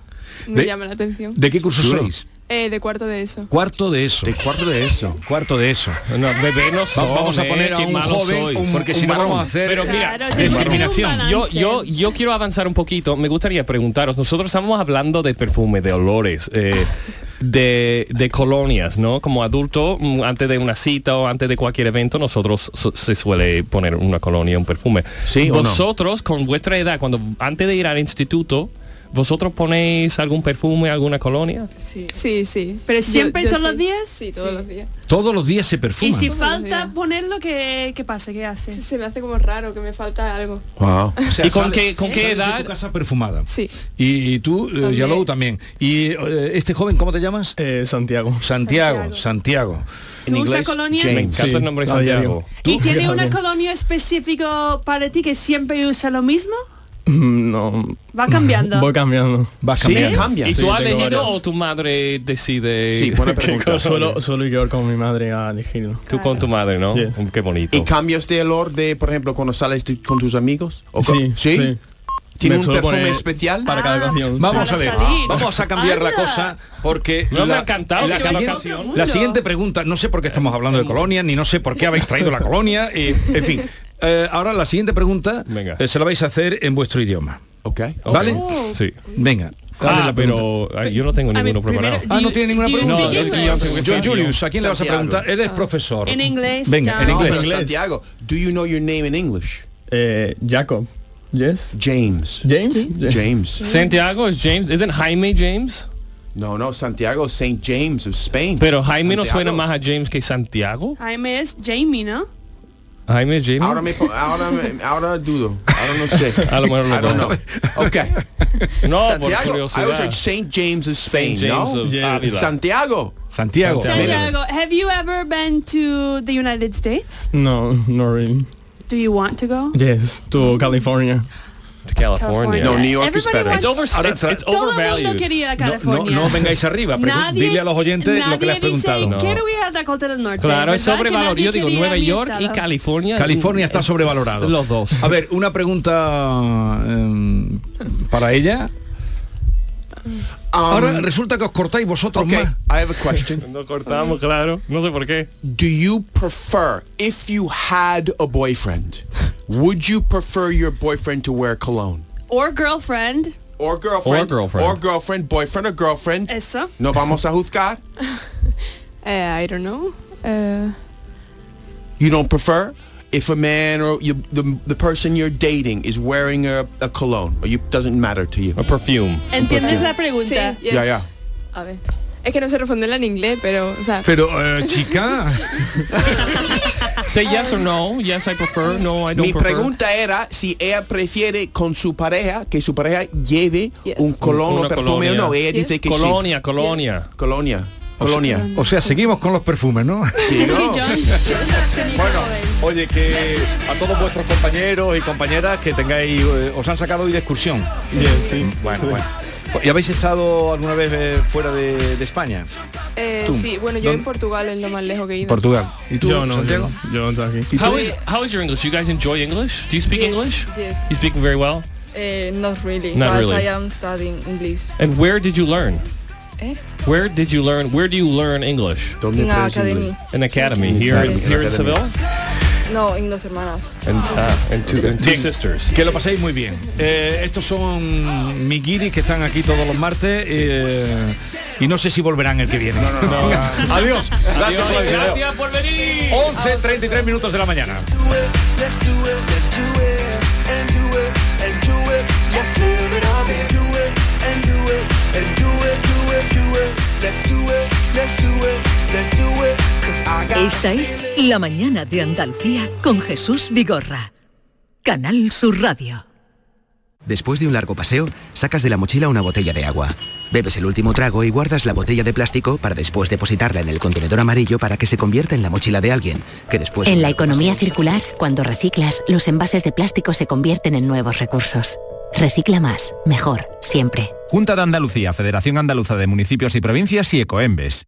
S8: Me
S3: De-
S8: llama la atención.
S3: ¿De qué curso
S4: Chulo.
S3: sois?
S8: Eh, de cuarto de eso.
S3: Cuarto de eso.
S4: De cuarto de eso.
S3: Cuarto de eso.
S5: No, bebé no
S3: Va-
S5: son,
S3: vamos a
S5: eh,
S3: poner a
S5: qué
S3: un
S5: malo
S3: joven,
S5: sois.
S3: un- porque
S4: un
S3: si no
S4: varón.
S3: vamos a hacer...
S5: Pero mira,
S6: Claro, sí,
S5: discriminación.
S6: porque hay un
S5: Yo,
S6: balance.
S5: yo, yo quiero avanzar un poquito. Me gustaría preguntaros, nosotros estamos hablando de perfume, de olores, eh, de, de colonias, ¿no? Como adulto, mm, antes de una cita o antes de cualquier evento, nosotros su- se suele poner una colonia, un perfume.
S4: Sí, ¿o no?
S5: Vosotros, con vuestra edad, cuando antes de ir al instituto, ¿vosotros ponéis algún perfume, alguna colonia?
S8: Sí, sí. sí.
S6: ¿Pero
S8: Yo-
S6: siempre,
S8: yo
S6: todos
S8: sí.
S6: los días?
S8: Sí, todos
S6: Sí.
S8: los días.
S3: Todos los días se perfuma.
S6: Y si
S8: Todos los
S6: falta
S8: días.
S6: ponerlo, ¿qué, qué pasa? ¿Qué
S8: Sí,
S6: haces?
S8: se me hace como raro que me falta algo.
S4: Wow.
S5: ¿Y con qué- con qué edad?
S3: Tu casa perfumada.
S8: Sí.
S3: Y, y tú, eh,
S8: También.
S3: Yalou, también. ¿Y eh, este joven, cómo te llamas?
S5: Eh,
S9: Santiago.
S3: Santiago, Santiago.
S6: ¿Tú usas colonia?
S5: Me
S4: James.
S5: encanta el nombre de
S9: Ah, ya
S5: Santiago.
S6: ¿Y tiene una colonia específica para ti que siempre usa lo mismo?
S9: Mm, No.
S6: Va cambiando.
S9: Voy cambiando.
S3: Vas
S4: Sí,
S3: cambiando.
S4: cambia.
S5: ¿Y
S9: Sí,
S5: tú has
S9: tengo
S5: elegido
S9: varias.
S5: o tu madre decide?
S4: Sí, buena
S5: qué
S4: pregunta.
S5: cosa?
S9: Solo, solo yo con mi madre a elegirlo.
S5: Tú con tu madre, ¿no?
S9: Yes.
S5: Mm, Qué bonito.
S4: ¿Y cambias de olor de, por ejemplo, cuando sales tu- con tus amigos? ¿O con- ¿Tiene
S9: Me
S4: un
S9: suelo
S4: perfume
S9: poner
S4: especial?
S9: Para cada canción. sí. Ah,
S3: Vamos
S6: Para
S3: a ver,
S6: salir.
S3: vamos a cambiar la
S6: Anda.
S3: cosa porque
S5: No, me
S3: la-
S5: ha encantado,
S3: La,
S5: es que me ha
S3: siguiente,
S5: encantado.
S3: la siguiente pregunta, no sé por qué estamos hablando de colonia, ni no sé por qué habéis traído la colonia, eh, en fin. Eh, ahora la siguiente pregunta
S5: Venga.
S3: eh, se la vais a hacer en vuestro idioma,
S4: Ok.
S5: Ok.
S3: ¿vale?
S5: Sí.
S3: Venga. ¿cuál es
S5: Ah,
S3: la pregunta?
S5: pero ay, yo no tengo
S6: A ver,
S5: ninguno
S6: primero,
S5: preparado.
S6: do
S3: Ah, no
S6: you-
S3: tiene ninguna
S6: do you
S5: pregunta.
S6: speak
S5: No, del
S6: English? Ah. Em,
S5: guión
S4: English.
S3: Yo, Julius, ¿a quién le vas a
S4: Santiago.
S3: preguntar? Él es profesor.
S6: En inglés,
S3: Venga, en
S6: John.
S4: No,
S3: inglés.
S4: pero Santiago, do you know your name in English?
S9: Eh, Jacob. Yes.
S4: James.
S9: James. Yes.
S4: James.
S5: Santiago es James, isn't Jaime James?
S4: No, no, Santiago, St. James of Spain.
S5: Pero Jaime no suena
S4: Santiago.
S5: más a James que Santiago.
S6: Jaime es Jamie, ¿no?
S5: Jaime es James.
S4: Ahora me, po- ahora me- ahora dudo. Ahora no sé.
S5: A lo mejor lo
S4: I don't know.
S5: pongo.
S4: Okay.
S5: no, por
S4: Santiago. I was
S5: curiosidad.
S4: at St. James of Spain,
S5: Saint James
S4: no?
S5: of
S9: Yeah.
S5: Ávila.
S4: Santiago.
S3: Santiago.
S6: Santiago, have you ever been to the United States?
S9: No, not really.
S6: Do you want to go?
S9: Yes, to California.
S5: California.
S4: No, New York is
S6: Everybody
S4: better.
S5: It's,
S6: wants-
S5: over, it's,
S3: Ahora, tra-
S5: it's
S6: Todo el mundo
S5: overvalued.
S6: quería ir a
S3: No, no,
S6: California.
S3: no vengáis arriba, pregun-
S6: Nadie-
S3: dile a los oyentes lo que le has
S6: nadie dice,
S3: preguntado.
S6: Quiero ir a Dakota del Norte.
S5: Claro, es
S6: ¿verdad? Que
S5: sobrevalorado.
S6: nadie
S5: Yo digo,
S6: quería
S5: Nueva
S6: mi
S5: York y
S6: estado.
S5: California.
S3: California está
S5: es-
S3: sobrevalorado.
S5: Los dos.
S3: A ver, una pregunta em, para ella. Ahora
S4: Um,
S3: resulta que os cortáis vosotros
S4: okay,
S3: más.
S4: I have a question.
S5: Nos cortamos, claro. No sé por qué.
S4: Do you prefer, if you had a boyfriend, would you prefer your boyfriend to wear cologne?
S6: Or girlfriend.
S4: Or girlfriend.
S5: Or girlfriend.
S4: Or girlfriend, boyfriend or girlfriend.
S6: Eso.
S4: No vamos a juzgar.
S8: Eh, I don't know. Eh,
S4: You don't prefer? If a man or you, the, the person you're dating is wearing a, a cologne, or you, doesn't matter to you.
S5: A perfume.
S6: ¿Entiendes la
S8: sí,
S6: pregunta?
S8: yeah.
S4: Yeah, yeah.
S8: A ver. Es que no sé responderla en inglés, pero, o sea,
S3: Pero, eh, chica,
S5: Say yes or no. Yes, I prefer. No, I don't
S4: Mi
S5: prefer.
S4: pregunta era si ella prefiere con su pareja que su pareja lleve
S8: Yes.
S4: un colón o
S5: Una
S4: perfume o no.
S5: colonia.
S4: Ella
S8: Yes.
S4: dice que
S5: Colonia, colonia.
S4: sí. Colonia. Colonia.
S3: o sea, seguimos con los perfumes, ¿no?
S4: Sí, ¿no?
S6: John.
S3: Bueno, oye, que a todos vuestros compañeros y compañeras que tengáis, eh, os han sacado hoy de excursión. Bueno, bueno. ¿Y habéis estado alguna vez eh, fuera de, de España?
S8: eh,
S3: Tú.
S8: sí, bueno, yo
S3: ¿Dónde?
S8: en Portugal es lo más lejos que he ido.
S3: Portugal. ¿Y tú,
S9: yo no,
S3: Santiago?
S9: yo, yo no estoy aquí.
S5: How is how is your English? You guys enjoy English? Do you speak
S10: Yes,
S5: English?
S10: yes.
S5: You speaking very well.
S8: Eh,
S10: Uh, not really.
S5: Not
S10: but
S5: really.
S10: I am studying English
S5: And where did you learn?
S10: Eh?
S5: Where did you learn? Where do you learn English?
S10: in an academy.
S5: An academy here in,
S10: Yes.
S5: here in Seville.
S10: No, en dos hermanas.
S5: And, ah, and two, and two
S3: Bien.
S5: sisters.
S3: Que lo paséis muy bien. Eh, estos son migiris que están aquí todos los martes eh, y no sé si volverán el que viene. Adiós. Gracias por la visita.
S5: Gracias por venir.
S3: 11.33 minutos de la mañana.
S2: Esta es La mañana de Andalucía con Jesús Vigorra. Canal Sur Radio.
S11: Después de un largo paseo, sacas de la mochila una botella de agua. Bebes el último trago y guardas la botella de plástico para después depositarla en el contenedor amarillo para que se convierta en la mochila de alguien, que después...
S12: En la economía circular, cuando reciclas, los envases de plástico se convierten en nuevos recursos. Recicla más, mejor, siempre.
S11: Junta de Andalucía, Federación Andaluza de Municipios y Provincias y Ecoembes.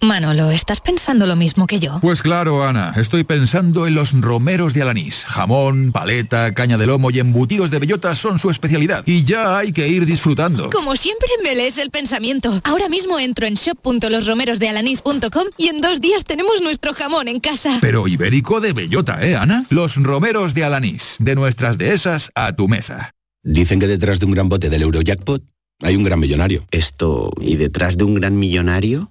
S12: Manolo, ¿estás pensando lo mismo que yo?
S13: Pues claro, Ana, estoy pensando en los romeros de Alanís. Jamón, paleta, caña de lomo y embutidos de bellota son su especialidad. Y ya hay que ir disfrutando.
S12: Como siempre me lees el pensamiento. Ahora mismo entro en shop.losromerosdealanis.com y en dos días tenemos nuestro jamón en casa.
S13: Pero ibérico de bellota, ¿eh, Ana? Los romeros de Alanís. De nuestras dehesas a tu mesa.
S11: Dicen que detrás de un gran bote del Eurojackpot hay un gran millonario. Esto, ¿y detrás de un gran millonario?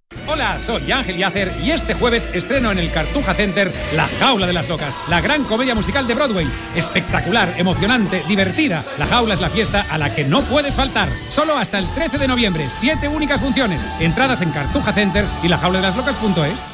S14: Hola, soy Ángel Yacer y este jueves estreno en el Cartuja Center La Jaula de las Locas, la gran comedia musical de Broadway. Espectacular, emocionante, divertida. La Jaula es la fiesta a la que no puedes faltar. Solo hasta el 13 de noviembre, siete únicas funciones. Entradas en Cartuja Center y lajauladelaslocas.es.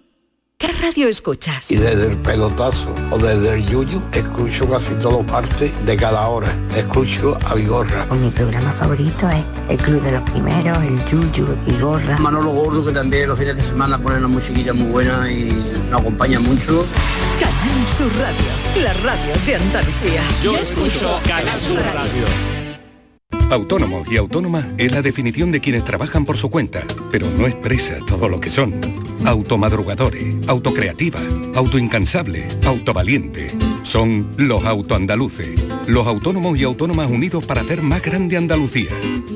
S15: ¿Qué radio escuchas?
S1: Y desde el pelotazo o desde el yuyu, escucho casi todo parte de cada hora. Escucho a Vigorra.
S16: Mi programa favorito es El Club de los Primeros, El Yuyu, Vigorra.
S9: Manolo Gordo que también los fines de semana pone una musiquilla muy buena y nos acompaña mucho.
S2: Canal Sur Radio, la radio de Andalucía.
S17: Yo escucho Canal Sur Radio.
S18: Autónomo y autónoma es la definición de quienes trabajan por su cuenta, pero no expresa todo lo que son. Automadrugadores, autocreativa, autoincansable, autovaliente. Son los autoandaluces, los autónomos y autónomas unidos para hacer más grande Andalucía.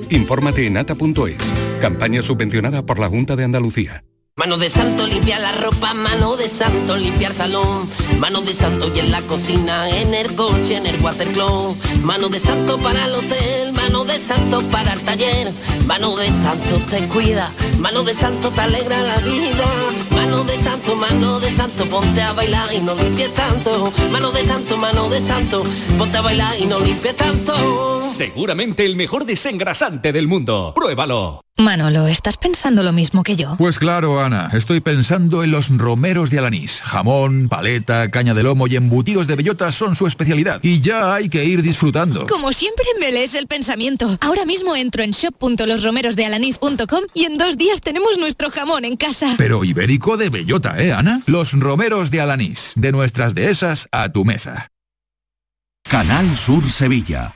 S18: Infórmate en ata.es, campaña subvencionada por la Junta de Andalucía.
S19: Mano de santo limpiar la ropa, mano de santo limpiar salón, mano de santo y en la cocina, en el coche, en el watercloak, mano de santo para el hotel, mano de santo para el taller, mano de santo te cuida, mano de santo te alegra la vida, mano de santo, mano de santo, ponte a bailar y no limpie tanto, mano de santo, mano de santo, ponte a bailar y no limpie tanto.
S3: Seguramente el mejor desengrasante del mundo. Pruébalo.
S15: Manolo, ¿estás pensando lo mismo que yo?
S13: Pues claro, Ana, estoy pensando en los romeros de Alanís. Jamón, paleta, caña de lomo y embutidos de bellota son su especialidad. Y ya hay que ir disfrutando.
S15: Como siempre me lees el pensamiento. Ahora mismo entro en shop.losromerosdealanis.com y en dos días tenemos nuestro jamón en casa.
S13: Pero ibérico de bellota, ¿eh, Ana? Los romeros de Alanís. De nuestras dehesas a tu mesa.
S20: Canal Sur Sevilla.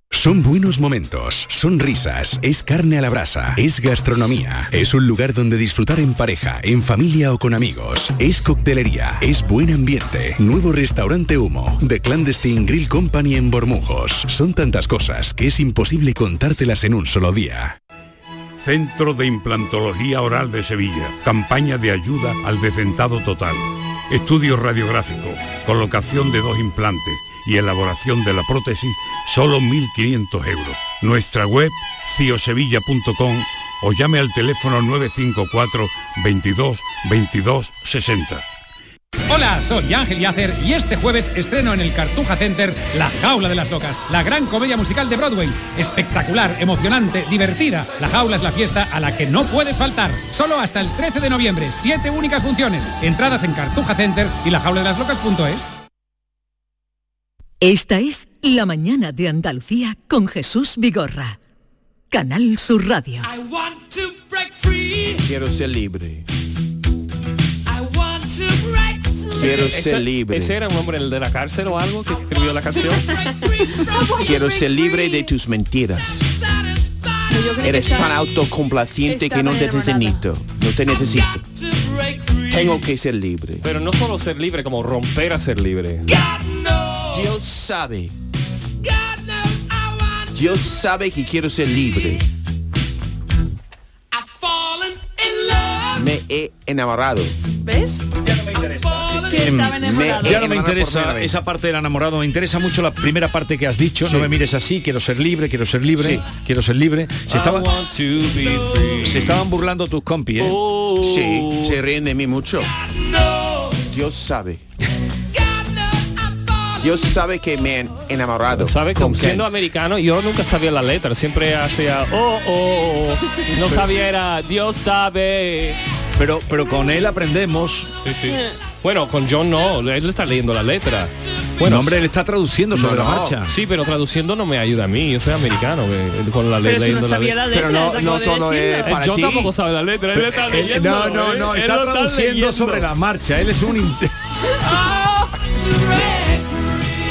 S21: Son buenos momentos, son risas, es carne a la brasa, es gastronomía, es un lugar donde disfrutar en pareja, en familia o con amigos, es coctelería, es buen ambiente, nuevo restaurante humo, The Clandestine Grill Company en Bormujos. Son tantas cosas que es imposible contártelas en un solo día.
S22: Centro de Implantología Oral de Sevilla. Campaña de ayuda al desentado total. Estudio radiográfico, colocación de dos implantes y elaboración de la prótesis, solo 1.500 euros. Nuestra web, ciosevilla.com o llame al teléfono 954 22 22 60.
S14: Hola, soy Ángel Yacer y este jueves estreno en el Cartuja Center La Jaula de las Locas, la gran comedia musical de Broadway. Espectacular, emocionante, divertida. La Jaula es la fiesta a la que no puedes faltar. Solo hasta el 13 de noviembre, siete únicas funciones. Entradas en Cartuja Center y lajauladelaslocas.es.
S2: Esta es La mañana de Andalucía con Jesús Vigorra. Canal Sur Radio.
S4: Quiero ser libre. Quiero
S5: Ese- ese-
S4: ser libre.
S5: ¿Ese era un hombre el de la cárcel o algo que escribió la canción?
S4: Quiero ser libre de tus mentiras. Eres tan autocomplaciente que no te necesito. No te necesito. Tengo que ser libre.
S5: Pero no solo ser libre, como romper a ser libre.
S4: Dios sabe. Dios sabe que quiero ser libre. Me he enamorado.
S9: ¿Ves? Ya no me interesa. Que
S8: Em,
S9: estaba
S5: Mm.
S9: enamorado.
S3: ya no me interesa esa parte del enamorado, me interesa mucho la primera parte que has dicho, no me mires así, quiero ser libre, quiero ser libre, quiero ser libre. Se,
S4: Ah,
S5: I
S3: estaba-
S5: want to be free.
S3: se estaban burlando tus compis, ¿eh?
S4: Oh. Sí, se ríen de mí mucho. Dios sabe. Dios sabe que me he enamorado.
S5: ¿Sabes? Con,
S4: quién?
S5: siendo americano, yo nunca sabía la letra. Siempre hacía, oh, oh, oh. No sabía, era, Dios sabe.
S3: Pero, pero con él aprendemos.
S5: Sí, sí. Bueno, con John no, él está leyendo la letra.
S3: Bueno, hombre, él está traduciendo sobre la marcha.
S5: Sí, pero traduciendo no me ayuda a mí. Yo soy americano que- con la
S3: Pero tú no
S5: ley leyendo la
S3: sabías
S5: letra.
S3: la letra, Pero no- acabo no de todo es decirlo. para
S5: John
S3: ti.
S5: tampoco sabe la letra. Él está
S3: Eh,
S5: leyendo.
S3: No, no, no,
S5: Él
S3: está
S5: lo
S3: traduciendo
S5: leyendo.
S3: sobre la marcha. Él es un inte-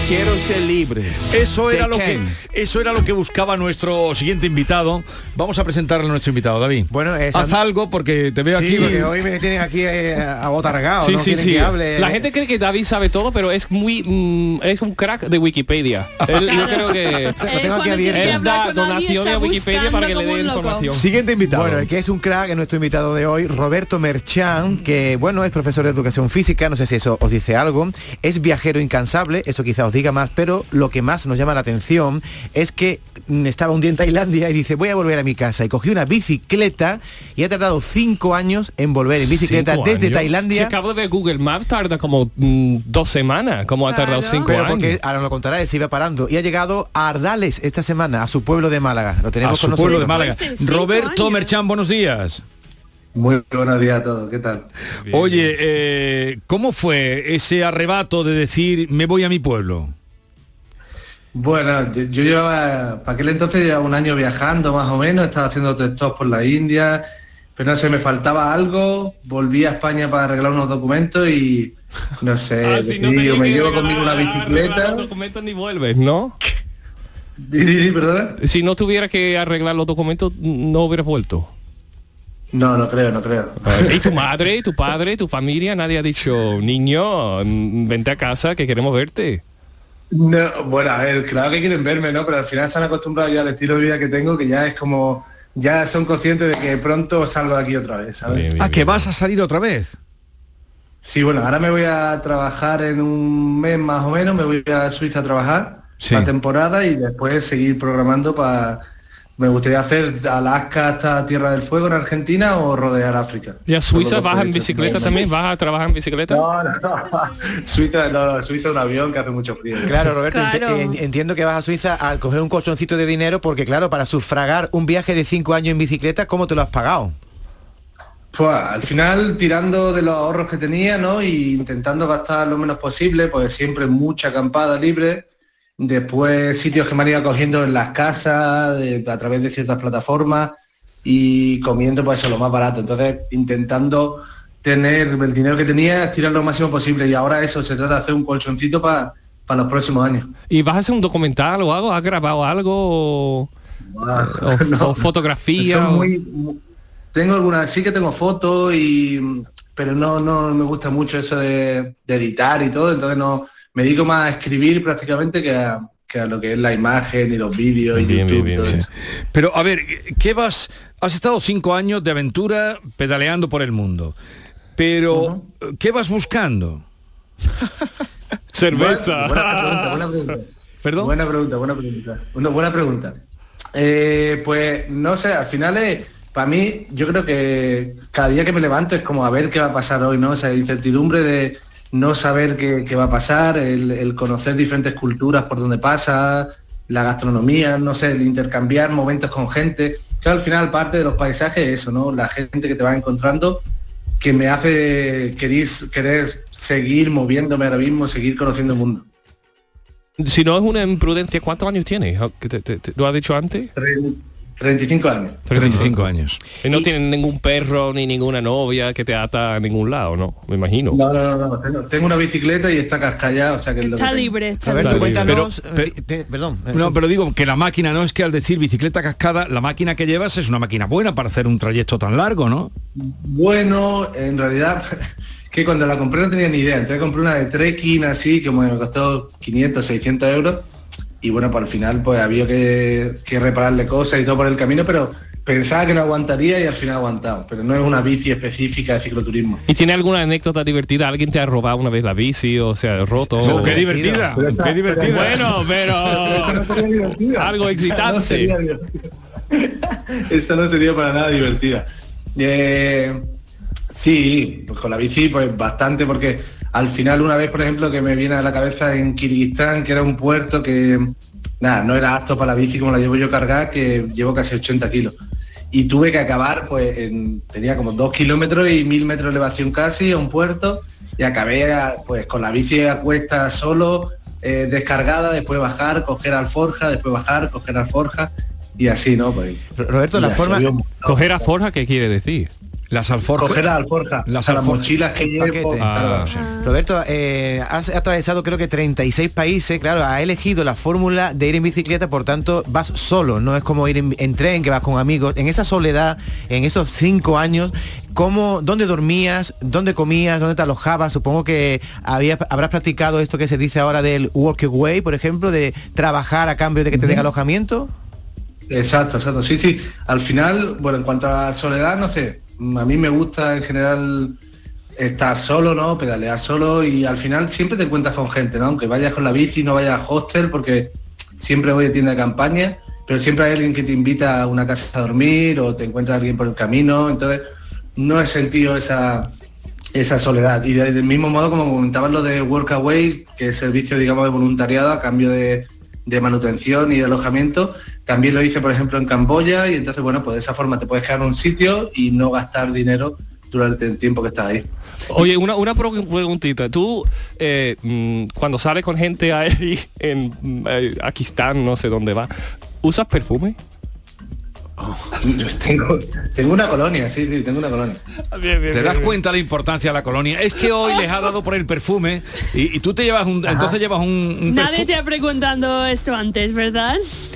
S4: Quiero ser libre.
S3: Eso era
S4: They
S3: lo que
S4: can.
S3: eso era lo que buscaba nuestro siguiente invitado. Vamos a presentarle a nuestro invitado, David. Bueno,
S7: es-
S3: haz algo porque te veo
S7: Sí,
S3: aquí.
S7: porque hoy me tienen aquí eh, abotargado.
S5: Sí,
S7: no
S5: sí,
S7: quieren
S5: sí.
S7: que hable.
S5: La gente cree que David sabe todo, pero es muy mm, es un crack de Wikipedia. Él- yo creo que él da donaciones a Wikipedia para que le dé información.
S3: Siguiente invitado.
S7: Bueno, el que es un crack es nuestro invitado de hoy, Roberto Merchan, que bueno, es profesor de educación física, no sé si eso os dice algo, es viajero incansable, eso quizá os diga más, pero lo que más nos llama la atención es que mm, estaba un día en Tailandia y dice, voy a volver a mi casa, y cogió una bicicleta y ha tardado cinco años en volver en bicicleta
S5: Cinco
S7: desde
S5: años. Si
S7: Tailandia.
S5: acabo de ver Google Maps tarda como mm, dos semanas, como ha tardado cinco
S7: Pero
S5: años.
S7: porque ahora lo contará, él se iba parando y ha llegado a Ardales esta semana, a su pueblo de Málaga. Lo tenemos
S3: a su
S7: con
S3: pueblo de
S7: nosotros.
S3: Málaga. Roberto Merchan, buenos días.
S6: Muy buenos días a todos, ¿qué tal?
S3: Oye, eh, ¿cómo fue ese arrebato de decir me voy a mi pueblo?
S6: Bueno, yo, yo llevaba, para aquel entonces llevaba un año viajando más o menos, estaba haciendo textos por la India, pero no sé, me faltaba algo, volví a España para arreglar unos documentos y no sé,
S5: Ah,
S6: decidí, o me llevo conmigo una bicicleta.
S5: documentos ni vuelves, ¿no? Si no tuviera que arreglar los documentos, no hubieras vuelto.
S6: No, no creo, no creo.
S5: ¿Y tu madre, tu padre, tu familia? Nadie ha dicho, niño, mm, vente a casa que queremos verte.
S6: No, bueno, a ver, claro que quieren verme, ¿no? Pero al final se han acostumbrado ya al estilo de vida que tengo, que ya es como, ya son conscientes de que pronto salgo de aquí otra vez, ¿sabes?
S3: ah, que vas a salir otra vez.
S6: Sí, bueno, ahora me voy a trabajar en un mes más o menos, me voy a Suiza a trabajar la temporada y después seguir programando para... Me gustaría hacer Alaska hasta Tierra del Fuego en Argentina o rodear África.
S5: ¿Y a
S6: Son
S5: Suiza
S6: los dos
S5: vas en
S6: proyectos que
S5: bicicleta
S6: tengo.
S5: también? ¿Vas a trabajar en bicicleta?
S6: No, no, no. Suiza, no, no, Suiza es un avión que hace mucho frío.
S7: Claro, Roberto, enti-
S3: eh,
S7: en- entiendo que vas a Suiza al coger un colchoncito de dinero porque, claro, para sufragar un viaje de cinco años en bicicleta, ¿cómo te lo has pagado?
S6: Pues al final tirando de los ahorros que tenía, ¿no? Y intentando gastar lo menos posible, pues siempre mucha acampada libre. Después sitios que me han ido cogiendo en las casas, de- a través de ciertas plataformas y comiendo pues eso lo más barato. Entonces intentando tener el dinero que tenía, tirar lo máximo posible. Y ahora eso, se trata de hacer un colchoncito para los próximos años.
S5: ¿Y vas a hacer un documental o algo? ¿Has grabado algo? ¿O, o- o fotografía?
S6: Son
S5: o-
S6: muy- mu- tengo algunas, sí que tengo fotos y pero no, no me gusta mucho eso de, de editar y todo, entonces no me dedico más a escribir prácticamente que a, que a lo que es la imagen y los vídeos y YouTube. y todo eso.
S3: Pero a ver, ¿qué vas? Has estado cinco años de aventura pedaleando por el mundo. Pero, ¿qué vas buscando? Cerveza.
S6: Buena, buena pregunta, buena pregunta. Buena pregunta, buena pregunta. Una buena pregunta. Eh, pues no sé, al final es, para mí, yo creo que cada día que me levanto es como a ver qué va a pasar hoy, ¿no? Esa incertidumbre de no saber qué, qué va a pasar, el, el conocer diferentes culturas por donde pasa, la gastronomía, no sé, el intercambiar momentos con gente. Que al final parte de los paisajes es eso, ¿no? La gente que te va encontrando que me hace querer, querer seguir moviéndome ahora mismo, seguir conociendo el mundo.
S5: Si no es una imprudencia, ¿cuántos años tienes? ¿Qué te- te- te- ¿Lo has dicho antes?
S6: Tre- 35 años.
S3: 35 años.
S5: Y no tienen ningún perro ni ninguna novia que te ata a ningún lado, ¿no? Me imagino.
S6: No, no, no, no, Tengo, tengo una bicicleta y está cascallada, o sea que es lo que
S7: Está
S6: tengo.
S7: libre, está
S3: Está
S7: libre.
S3: libre.
S7: Pero-
S3: Pero-
S7: pe- te- perdón. eh,
S3: No,
S7: sí.
S3: pero digo que la máquina no es que al decir bicicleta cascada, la máquina que llevas es una máquina buena para hacer un trayecto tan largo, ¿no?
S6: Bueno, en realidad, que cuando la compré no tenía ni idea. Entonces compré una de trekking así, que me costó 500, 600 euros. Y bueno, para el final pues había que, que repararle cosas y todo por el camino, pero pensaba que no aguantaría y al final ha aguantado. Pero no es una bici específica de cicloturismo.
S5: ¿Y tiene alguna anécdota divertida? ¿Alguien te ha robado una vez la bici o se ha roto?
S6: Oh, qué divertida, Pero esa- qué divertida.
S5: Bueno, pero... Algo excitante.
S6: No sería divertido. Esa no sería para nada divertida. Eh, sí, pues con la bici, pues bastante, porque al final una vez, por ejemplo, que me viene a la cabeza en Kirguistán, que era un puerto que, nada, no era apto para la bici como la llevo yo cargada, que llevo casi 80 kilos. Y tuve que acabar, pues en- tenía como dos kilómetros y mil metros de elevación casi a un puerto y acabé a- pues con la bici a cuesta solo, eh, descargada, después bajar, coger alforja, después bajar, coger alforja y así, ¿no? Pues,
S7: Roberto,
S6: y así había un-
S5: ¿Coger alforja qué quiere decir?
S3: Las alforjas.
S6: Coger las alforjas.
S3: Las
S6: a las
S3: alforjas.
S6: mochilas que llevo.
S7: Paquete. Ah,
S6: claro.
S7: Roberto, eh, has atravesado creo que 36 países, claro, ha elegido la fórmula de ir en bicicleta, por tanto vas solo, no es como ir en, en tren, que vas con amigos. En esa soledad, en esos cinco años, ¿cómo, ¿dónde dormías? ¿Dónde comías? ¿Dónde te alojabas? Supongo que habías, habrás practicado esto que se dice ahora del workaway, por ejemplo, de trabajar a cambio de que te den alojamiento.
S6: Exacto, exacto. Sí, sí. Al final, bueno, en cuanto a soledad, no sé. mm, A mí me gusta en general estar solo, ¿no? Pedalear solo y al final siempre te encuentras con gente, ¿no? Aunque vayas con la bici, no vayas a hostel, porque siempre voy a tienda de campaña, pero siempre hay alguien que te invita a una casa a dormir o te encuentra alguien por el camino. Entonces, no he sentido esa, esa soledad. Y de- del mismo modo, como comentabas lo de Workaway, que es servicio, digamos, de voluntariado a cambio de, de manutención y de alojamiento, también lo hice, por ejemplo, en Camboya y entonces, bueno, pues de esa forma te puedes quedar en un sitio y no gastar dinero durante el tiempo que estás ahí.
S5: Oye, una, una pro- preguntita. Tú, eh, mm, cuando sales con gente ahí en mm, eh, Pakistán, no sé dónde va, ¿usas perfume?
S6: tengo, tengo una colonia, sí, sí, tengo una colonia.
S3: ¿Te das cuenta la importancia de la colonia? Es que hoy les ha dado por el perfume y, y tú te llevas un... Entonces llevas un, un
S7: Nadie
S3: perfu-
S7: te ha preguntado esto antes, ¿verdad?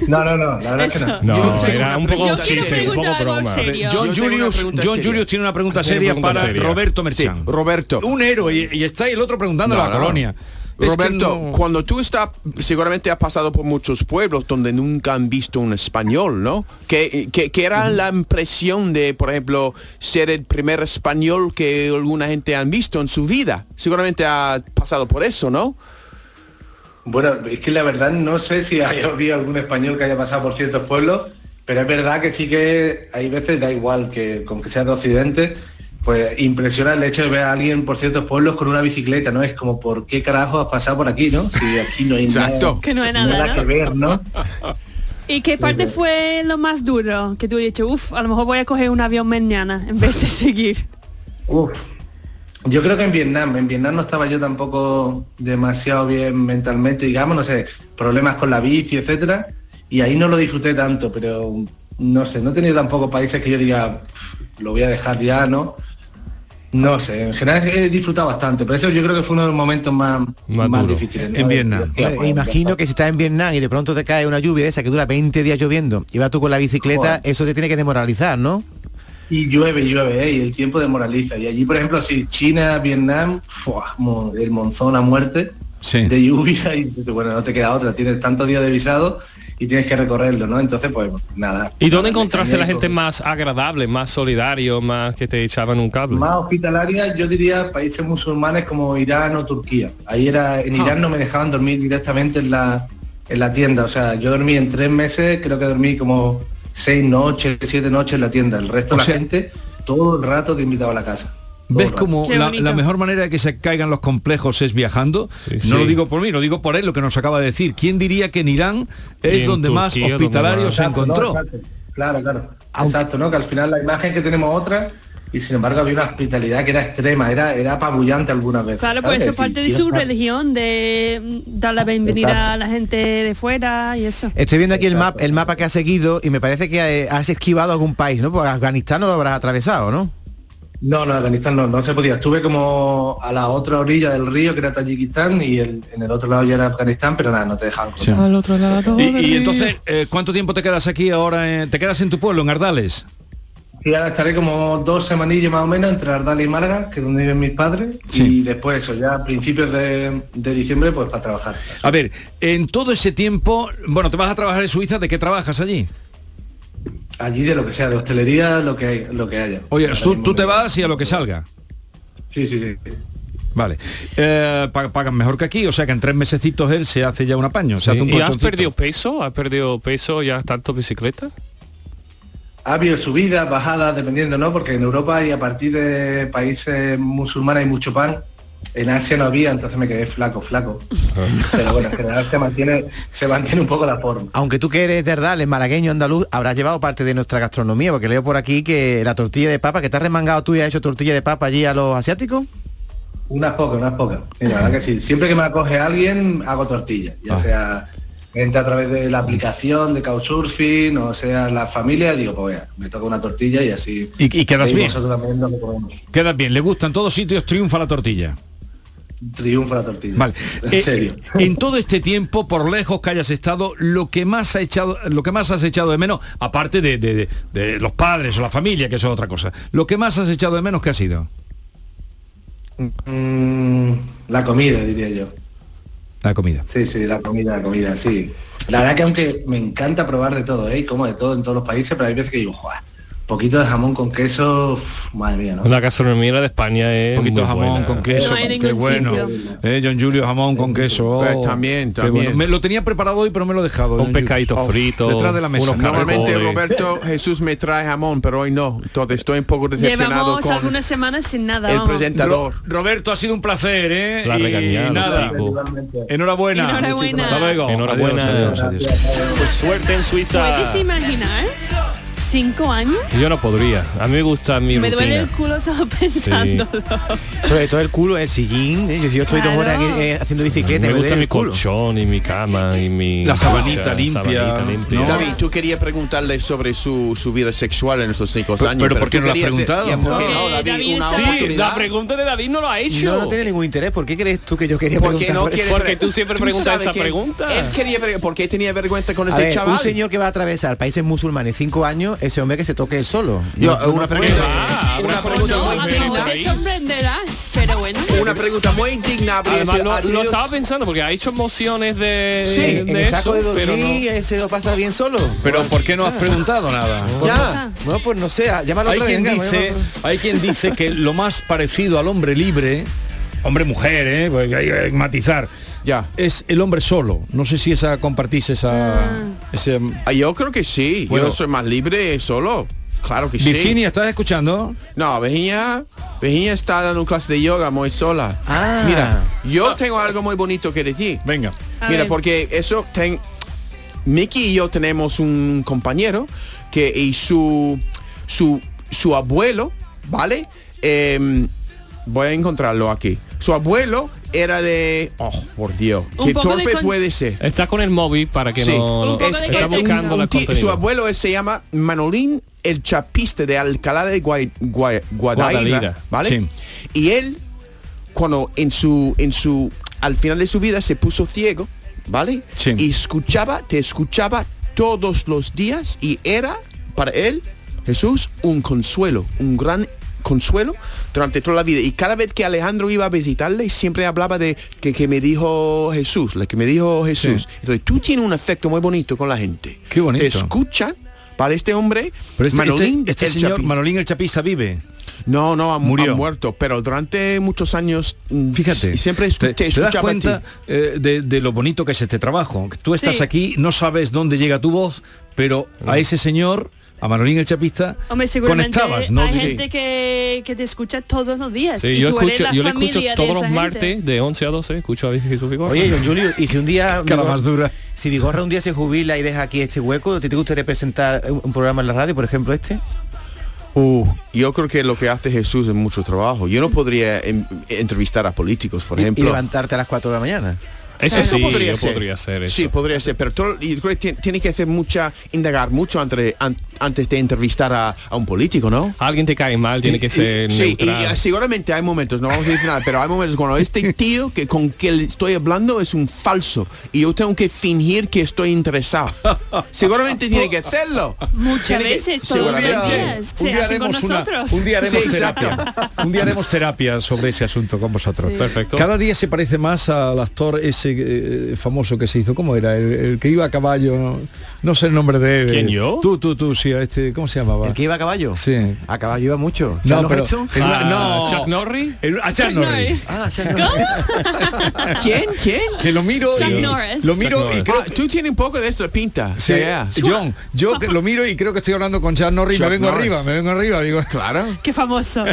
S6: No, no, no, la
S7: verdad es que no. Eso.
S3: No,
S7: Yo
S3: era
S7: tengo
S3: un
S7: una
S3: poco
S7: pregunta seria.
S3: chiste,
S7: Yo
S3: un poco
S7: quiero preguntar
S3: broma.
S7: algo serio.
S3: John
S7: Yo tengo una
S3: Julius,
S7: pregunta
S3: John
S7: seria.
S3: Julius tiene una pregunta
S6: Tiene
S3: seria
S6: pregunta
S3: para
S6: seria.
S3: Roberto Merchan.
S6: Roberto.
S3: Un héroe y, y está ahí el otro preguntando a la
S4: No, no.
S3: colonia. Es que
S4: Roberto,
S3: no-
S4: cuando tú estás, seguramente has pasado por muchos pueblos donde nunca han visto un español, ¿no? Que, que, que era la impresión de, por ejemplo, ser el primer español que alguna gente han visto en su vida. Seguramente ha pasado por eso, ¿no?
S6: Bueno, es que la verdad no sé si hay habido algún español que haya pasado por ciertos pueblos, pero es verdad que sí que hay veces, da igual que con que sea de Occidente, pues impresiona el hecho de ver a alguien por ciertos pueblos con una bicicleta, ¿no? Es como, ¿por qué carajo has pasado por aquí, no? Si aquí no hay
S4: Exacto.
S6: nada,
S7: Que no hay nada, ¿no?
S6: que ver, ¿no?
S7: ¿Y qué
S6: parte
S7: fue lo más duro que tú has dicho, uff, a lo mejor voy a coger un avión mañana en vez de seguir?
S6: Uf. Yo creo que en Vietnam, en Vietnam no estaba yo tampoco demasiado bien mentalmente, digamos, no sé, problemas con la bici, etcétera, y ahí no lo disfruté tanto, pero no sé, no he tenido tampoco países que yo diga, "Pf, lo voy a dejar ya, ¿no? No sé, en general he disfrutado bastante, pero eso yo creo que fue uno de los momentos más, más, difíciles. ¿no?
S7: Hombre,
S6: Bueno,
S7: Eh, imagino
S6: que
S7: si estás en Vietnam y de pronto te cae una lluvia de esa que dura 20 días lloviendo y vas tú con la bicicleta, eso te tiene que demoralizar, ¿no?
S6: Y llueve, y llueve, ¿eh? y el tiempo demoraliza. Y allí, por ejemplo, si China, Vietnam, ¡fua! mo- el monzón a muerte de lluvia, y dices, bueno, no te queda otra, tienes tantos días de visado y tienes que recorrerlo, ¿no? Entonces, pues nada.
S5: ¿Y dónde encontraste la
S6: Cañeco.
S5: gente más agradable, más solidario, más que te echaban un cable?
S6: Más hospitalaria, yo diría países musulmanes como Irán o Turquía. Ahí era, en
S3: Ah.
S6: Irán no me dejaban dormir directamente en la, en la tienda. O sea, yo dormí en tres meses, creo que dormí como seis noches, siete noches en la tienda. El resto
S3: O
S6: de la
S3: sea-
S6: gente todo el rato te invitaba a la casa.
S3: ¿Ves
S6: Todo el
S3: como
S6: rato.
S3: la, la mejor manera de que se caigan los complejos es viajando? no
S6: sí.
S3: lo digo por mí, lo digo por él, lo que nos acaba de decir. ¿Quién diría que en Irán es
S6: Y en
S3: donde más
S6: Turquía, donde
S3: hospitalarios
S6: más-
S3: se
S6: Exacto,
S3: encontró?
S6: ¿no? Exacto. Claro, claro. Exacto, ¿no? Que al final la imagen que tenemos otra, y sin embargo había una hospitalidad que era extrema, era, era apabullante algunas veces.
S8: Claro, pues
S6: ¿sabes?
S8: eso es parte
S6: Y-
S8: de
S6: y
S8: su
S6: era-
S8: religión, de dar la bienvenida
S7: Exacto.
S8: a la gente de fuera y eso.
S7: Estoy viendo aquí el, map, el mapa que has seguido y me parece que eh, has esquivado algún país, ¿no? Porque Afganistán no lo habrás atravesado, ¿no?
S6: No, no, Afganistán no, no se podía. Estuve como a la otra orilla del río, que era Tayikistán, y el- en el otro lado ya era Afganistán, pero nada, no te dejaban cruzar.
S3: Al
S8: otro lado.
S3: Y, y entonces, eh, ¿cuánto tiempo te quedas aquí ahora? en- ¿Te quedas en tu pueblo, en Ardales?
S6: Y ahora estaré como dos semanillas más o menos entre Ardal y Málaga, que es donde viven mis padres, y después eso, ya a principios de, de diciembre, pues para trabajar.
S3: A ver, en todo ese tiempo, bueno, te vas a trabajar en Suiza, ¿de qué trabajas allí?
S6: Allí de lo que sea, de hostelería, lo que, hay, lo que haya.
S3: Oye, tú, tú te vas y a lo que salga.
S6: Sí, sí, sí.
S3: Vale. Eh, pa- pagan mejor que aquí, o sea que en tres mesecitos él se hace ya un apaño, se hace un
S5: ¿Y has
S3: colchoncito.
S5: perdido peso? ¿Has perdido peso ya tanto bicicleta?
S6: Ha habido subidas, bajadas, dependiendo, ¿no? Porque en Europa y a partir de países musulmanes hay mucho pan. En Asia no había, entonces me quedé flaco, flaco.
S3: Ah.
S6: Pero bueno, en general se mantiene, se mantiene un poco la forma.
S7: Aunque tú que eres de Ardales, malagueño, andaluz, habrás llevado parte de nuestra gastronomía, porque leo por aquí que la tortilla de papa, que te has remangado tú y has hecho tortilla de papa allí a los asiáticos.
S6: Unas pocas, unas pocas. Y la verdad que sí. Siempre que me acoge alguien, hago tortilla. Ya
S7: Ah.
S6: sea gente a través de la aplicación de Couchsurfing, o sea la familia, digo, pues vea, me toca una tortilla y así.
S3: Y- y quedas bien.
S6: vosotros también lo que comemos.
S3: Quedas bien, le gusta, en todos sitios triunfa la tortilla.
S6: Triunfa la tortilla.
S3: Vale.
S6: En
S3: Eh,
S6: serio.
S3: En todo este tiempo, por lejos que hayas estado, lo que más ha echado, lo que más has echado de menos, aparte de, de- de- de los padres o la familia, que eso es otra cosa, lo que más has echado de menos que ha sido.
S6: Mm, la comida, diría yo.
S3: La comida.
S6: Sí, sí, la comida, la comida, sí. La verdad que aunque me encanta probar de todo, ¿eh? Y Como de todo en todos los países, pero hay veces que digo, "Joder, poquito de jamón con queso, uf, madre mía, ¿no?
S5: La gastronomía de España es
S3: poquito
S5: muy
S3: jamón
S5: buena.
S3: con queso,
S6: No hay
S3: con- qué
S6: ningún
S3: bueno.
S6: sitio.
S3: Eh, John Julio jamón con queso. oh,
S4: Pues también,
S3: qué
S4: también.
S3: bueno. Me lo tenía preparado hoy, pero me lo he dejado. John
S5: Un
S3: Julio.
S5: pescadito
S3: Oh,
S5: frito,
S3: Detrás de la mesa.
S4: Normalmente Roberto Jesús me trae jamón, pero hoy no. Entonces estoy un poco decepcionado
S8: Llevamos
S4: con
S8: algunas semanas sin nada.
S4: el
S8: vamos.
S4: presentador.
S3: Roberto, ha sido un placer, ¿eh?
S4: La
S3: Y
S4: regañada,
S3: nada.
S4: tipo.
S3: Enhorabuena.
S8: Enhorabuena.
S3: Hasta luego.
S5: Enhorabuena.
S3: Adiós, adiós, adiós.
S5: Pues suerte en Suiza.
S8: ¿Puedes imaginar? ¿eh? ¿Cinco años?
S5: Yo no podría. A mí me gusta mi
S8: Me duele el
S5: rutina.
S8: culo solo pensándolo.
S7: Sobre todo el culo, el sillín. ¿eh? Yo, yo estoy dos horas aquí, eh, haciendo bicicleta.
S5: Me gusta
S7: duele
S5: mi
S7: el culo.
S5: colchón y mi cama y mi
S7: La
S4: sabanita
S5: colcha,
S4: limpia,
S5: sabanita limpia.
S4: David, tú querías preguntarle sobre su, su vida sexual en estos cinco
S5: Pero-
S4: años.
S5: pero ¿por qué
S4: tú
S5: no lo has
S4: querías de-
S5: preguntado?
S4: ya, ¿por qué no,
S5: Porque
S4: David?
S5: David
S4: Una
S5: está- Sí,
S4: oportunidad.
S5: la pregunta de David no lo ha hecho.
S7: No, no tiene ningún interés. ¿Por qué crees tú que yo quería
S4: ¿Por qué
S7: preguntar
S4: no
S7: por eso?
S4: quieres pre- sabes que Él quería ver por qué tenía vergüenza con
S7: A
S4: este
S7: ver,
S4: chaval.
S7: un señor que va a atravesar países musulmanes cinco años, ese hombre que se toque él solo.
S4: Yo, una
S7: No- no-
S5: Ah,
S4: pregunta, una pregunta muy
S8: A lo mejor
S4: digna.
S8: te sorprenderás, pero bueno.
S4: Una pregunta muy indigna. habría
S5: Además,
S4: sido,
S5: lo,
S4: ¿ha
S5: lo
S4: tenido-
S5: estaba pensando porque ha hecho mociones de,
S7: Sí,
S5: de
S7: en el
S5: eso,
S7: saco de dormir,
S5: pero no.
S7: ese lo pasa bien solo.
S3: Pero ¿por qué no has preguntado nada?
S7: Ya. No, pues no sé, llámalo
S3: hay
S7: otra vez,
S3: quien
S7: venga,
S3: dice
S7: llámalo.
S3: hay quien dice que lo más parecido al hombre libre hombre mujer ¿eh? porque hay que matizar
S4: ya
S3: es el hombre solo no sé si esa compartís esa ese
S4: Ah, Yo creo que sí.
S3: Bueno.
S4: Yo soy más libre solo. Claro que sí.
S3: Virginia estás escuchando
S4: No, Virginia, Virginia está dando clase de yoga muy sola. Mira, yo tengo algo muy bonito que decir.
S3: Ah. Venga.
S8: A
S4: Mira,
S8: ver.
S4: porque eso ten Mickey y yo tenemos un compañero que y su su su abuelo, ¿vale? Em, voy a encontrarlo aquí. Su abuelo era de Oh, por Dios.
S5: Un
S4: Qué
S5: poco de
S4: torpe
S5: con-
S4: puede ser.
S5: Está con el móvil para que
S4: Sí.
S5: no... no-
S4: Es-
S5: está
S4: es-
S5: buscando
S4: un
S5: la
S4: tío- Su
S5: contenido.
S4: abuelo es- se llama Manolín el Chapiste de Alcalá de Guay- Guay- Guadaira,
S5: Guadaira,
S4: ¿vale?
S5: sí.
S4: Y él, cuando en su, en su, al final de su vida se puso ciego, ¿vale? Y escuchaba, te escuchaba todos los días y era para él, Jesús, un consuelo, un gran consuelo durante toda la vida y cada vez que Alejandro iba a visitarle siempre hablaba de que, que me dijo Jesús, la que me dijo Jesús. Entonces tú tienes un efecto muy bonito con la gente. Qué
S3: bonito.
S4: Te escuchan para este hombre.
S3: pero este,
S4: Manolín
S3: este- este
S4: el
S3: señor
S4: Chapín.
S3: Manolín el chapista vive
S4: No, no, ha, mu-
S3: Murió.
S4: ha muerto, pero durante muchos años, mm,
S3: Fíjate,
S4: y siempre escu- te,
S3: te das
S4: escuchaba a ti.
S3: cuenta eh, de, de lo bonito que es este trabajo Que tú estás
S8: Sí.
S3: aquí no sabes dónde llega tu voz pero
S7: Mm.
S3: a ese señor a Manolín el chapista
S8: Hombre, seguramente
S3: conectabas no
S8: hay
S3: Sí.
S8: gente que, que te escucha todos los días.
S5: Sí,
S8: y
S5: yo,
S8: tú eres
S5: escucho,
S8: la
S5: yo le escucho
S8: familia de
S5: todos
S8: esa
S5: los
S8: gente.
S5: martes de 11 a 12, escucho a Jesús Vigorra.
S7: Oye, John Julio, y si un día Vigor-
S5: más
S7: Si Vigorra un día se jubila y deja aquí este hueco, ¿te, te gustaría presentar un un programa en la radio, por ejemplo este?
S4: Uh, yo creo que lo que hace Jesús es mucho trabajo. Yo no podría en- entrevistar a políticos, por
S7: Y- Y
S4: ejemplo.
S7: levantarte a las 4 de la mañana.
S4: Eso yo Sí, podría ser, pero todo- yo creo que ti- tiene que hacer mucha, indagar mucho antes, an- antes de entrevistar a, a un político, ¿no?
S5: Alguien te cae mal, tiene que ser
S4: Sí, y,
S5: neutral.
S4: eh, seguramente hay momentos, no vamos a decir nada, pero hay momentos cuando este tío que con que le estoy hablando es un falso y yo tengo que fingir que estoy interesado. Seguramente tiene que hacerlo.
S8: Muchas
S4: Tiene que-
S8: veces, todos los
S4: seguramente.
S8: días,
S3: Un
S8: se
S3: día
S8: hace con
S3: haremos, una-
S8: nosotros.
S3: un día haremos
S4: Sí, exacto.
S3: terapia. Un día haremos terapia sobre ese asunto con vosotros.
S4: Sí. Perfecto.
S3: Cada día se parece más al actor ese eh, famoso que se hizo. ¿Cómo era? El, el que iba a caballo. No, No sé el nombre de él.
S7: ¿Quién, yo?
S3: Tú, tú, tú, sí, a este. ¿Cómo se llamaba?
S7: ¿El que iba a caballo?
S3: Sí.
S7: A caballo iba mucho.
S3: No,
S7: ¿Sabes lo
S3: pero-
S7: hecho?
S3: el- Ah, no. Chuck
S5: Norris.
S3: El- a Chuck Chuck Norris. Norris.
S7: Ah, Chuck
S8: eh.
S4: ¿Quién? ¿Quién?
S3: Que lo miro
S4: Chuck
S3: y
S4: Norris.
S3: lo miro
S4: Chuck
S3: y
S4: Norris.
S3: creo,
S4: Ah, tú tienes un poco de esto de pinta.
S3: Sí,
S4: Yeah, yeah.
S3: John, yo que lo miro y creo que estoy hablando con Chuck Norris,
S4: Chuck
S3: me vengo
S4: Norris.
S3: arriba, me vengo arriba, digo.
S4: Claro.
S8: Qué famoso.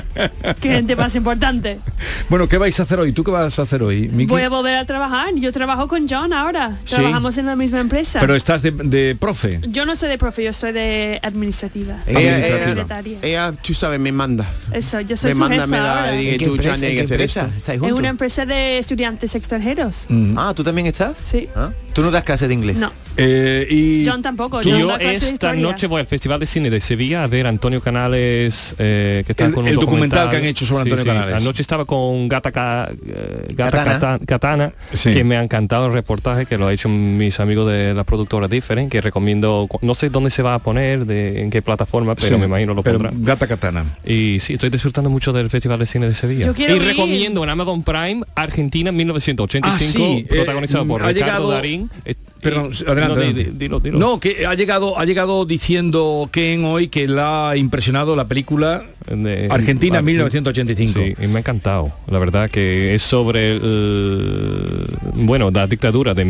S8: Qué gente más importante.
S3: Bueno, ¿qué vais a hacer hoy? ¿Tú qué vas a hacer hoy, Miki?
S8: Voy a volver a trabajar. Yo trabajo con John ahora.
S3: Sí.
S8: Trabajamos en la misma empresa.
S3: Pero estás de, de profe.
S8: yo no soy de profe, yo soy de administrativa.
S4: Ella, ella-
S8: Secretaria.
S4: ella, tú sabes, me manda.
S8: Eso, yo soy
S4: me
S8: su
S4: manda,
S8: jefa
S4: me da,
S8: ahora.
S4: dije,
S7: ¿En qué
S4: tú,
S7: empresa-
S4: Chani, hay
S7: en
S4: que
S7: qué
S4: hacer
S7: empresa?
S4: esto. Mm.
S7: ¿Estáis
S8: Es
S7: juntos?
S8: una empresa de estudiantes extranjeros.
S7: Ah, ¿tú también estás?
S8: Sí.
S7: ¿Tú no das clases de inglés?
S8: No.
S3: y
S8: John tampoco.
S5: Tú,
S8: John
S5: Eh, yo
S8: da clases de
S5: esta
S8: historia.
S5: noche voy al Festival de Cine de Sevilla a ver Antonio Canales, eh, que está
S3: El-
S5: con un
S3: el documental que han hecho sobre Antonio Canales.
S5: Anoche estaba con Gata, Ca- eh, Gata
S3: Katana.
S5: Cata- Katana,
S3: Sí.
S5: que me ha encantado el reportaje que lo ha hecho mis amigos de la productora Different, que recomiendo, cu- no sé dónde se va a poner, de, en qué plataforma, pero
S3: Sí,
S5: me imagino lo
S3: pero
S5: pondrán.
S3: Gata Katana.
S5: Y sí, estoy disfrutando mucho del Festival de Cine de Sevilla.
S8: Yo quiero
S5: y
S8: ir.
S5: recomiendo en Amazon Prime Argentina 1985,
S3: Ah, sí, eh,
S5: protagonizado por
S3: ha
S5: Ricardo
S3: llegado-
S5: Darín. Eh,
S3: Perdón,
S5: y-
S3: adelante,
S5: no, di-
S3: adelante.
S5: di- dilo, dilo.
S3: No, que ha llegado, ha llegado diciendo Ken hoy que la ha impresionado la película Argentina
S5: Ar-
S3: 1985.
S5: Sí, y me ha encantado. La verdad que es sobre el, bueno, la dictadura de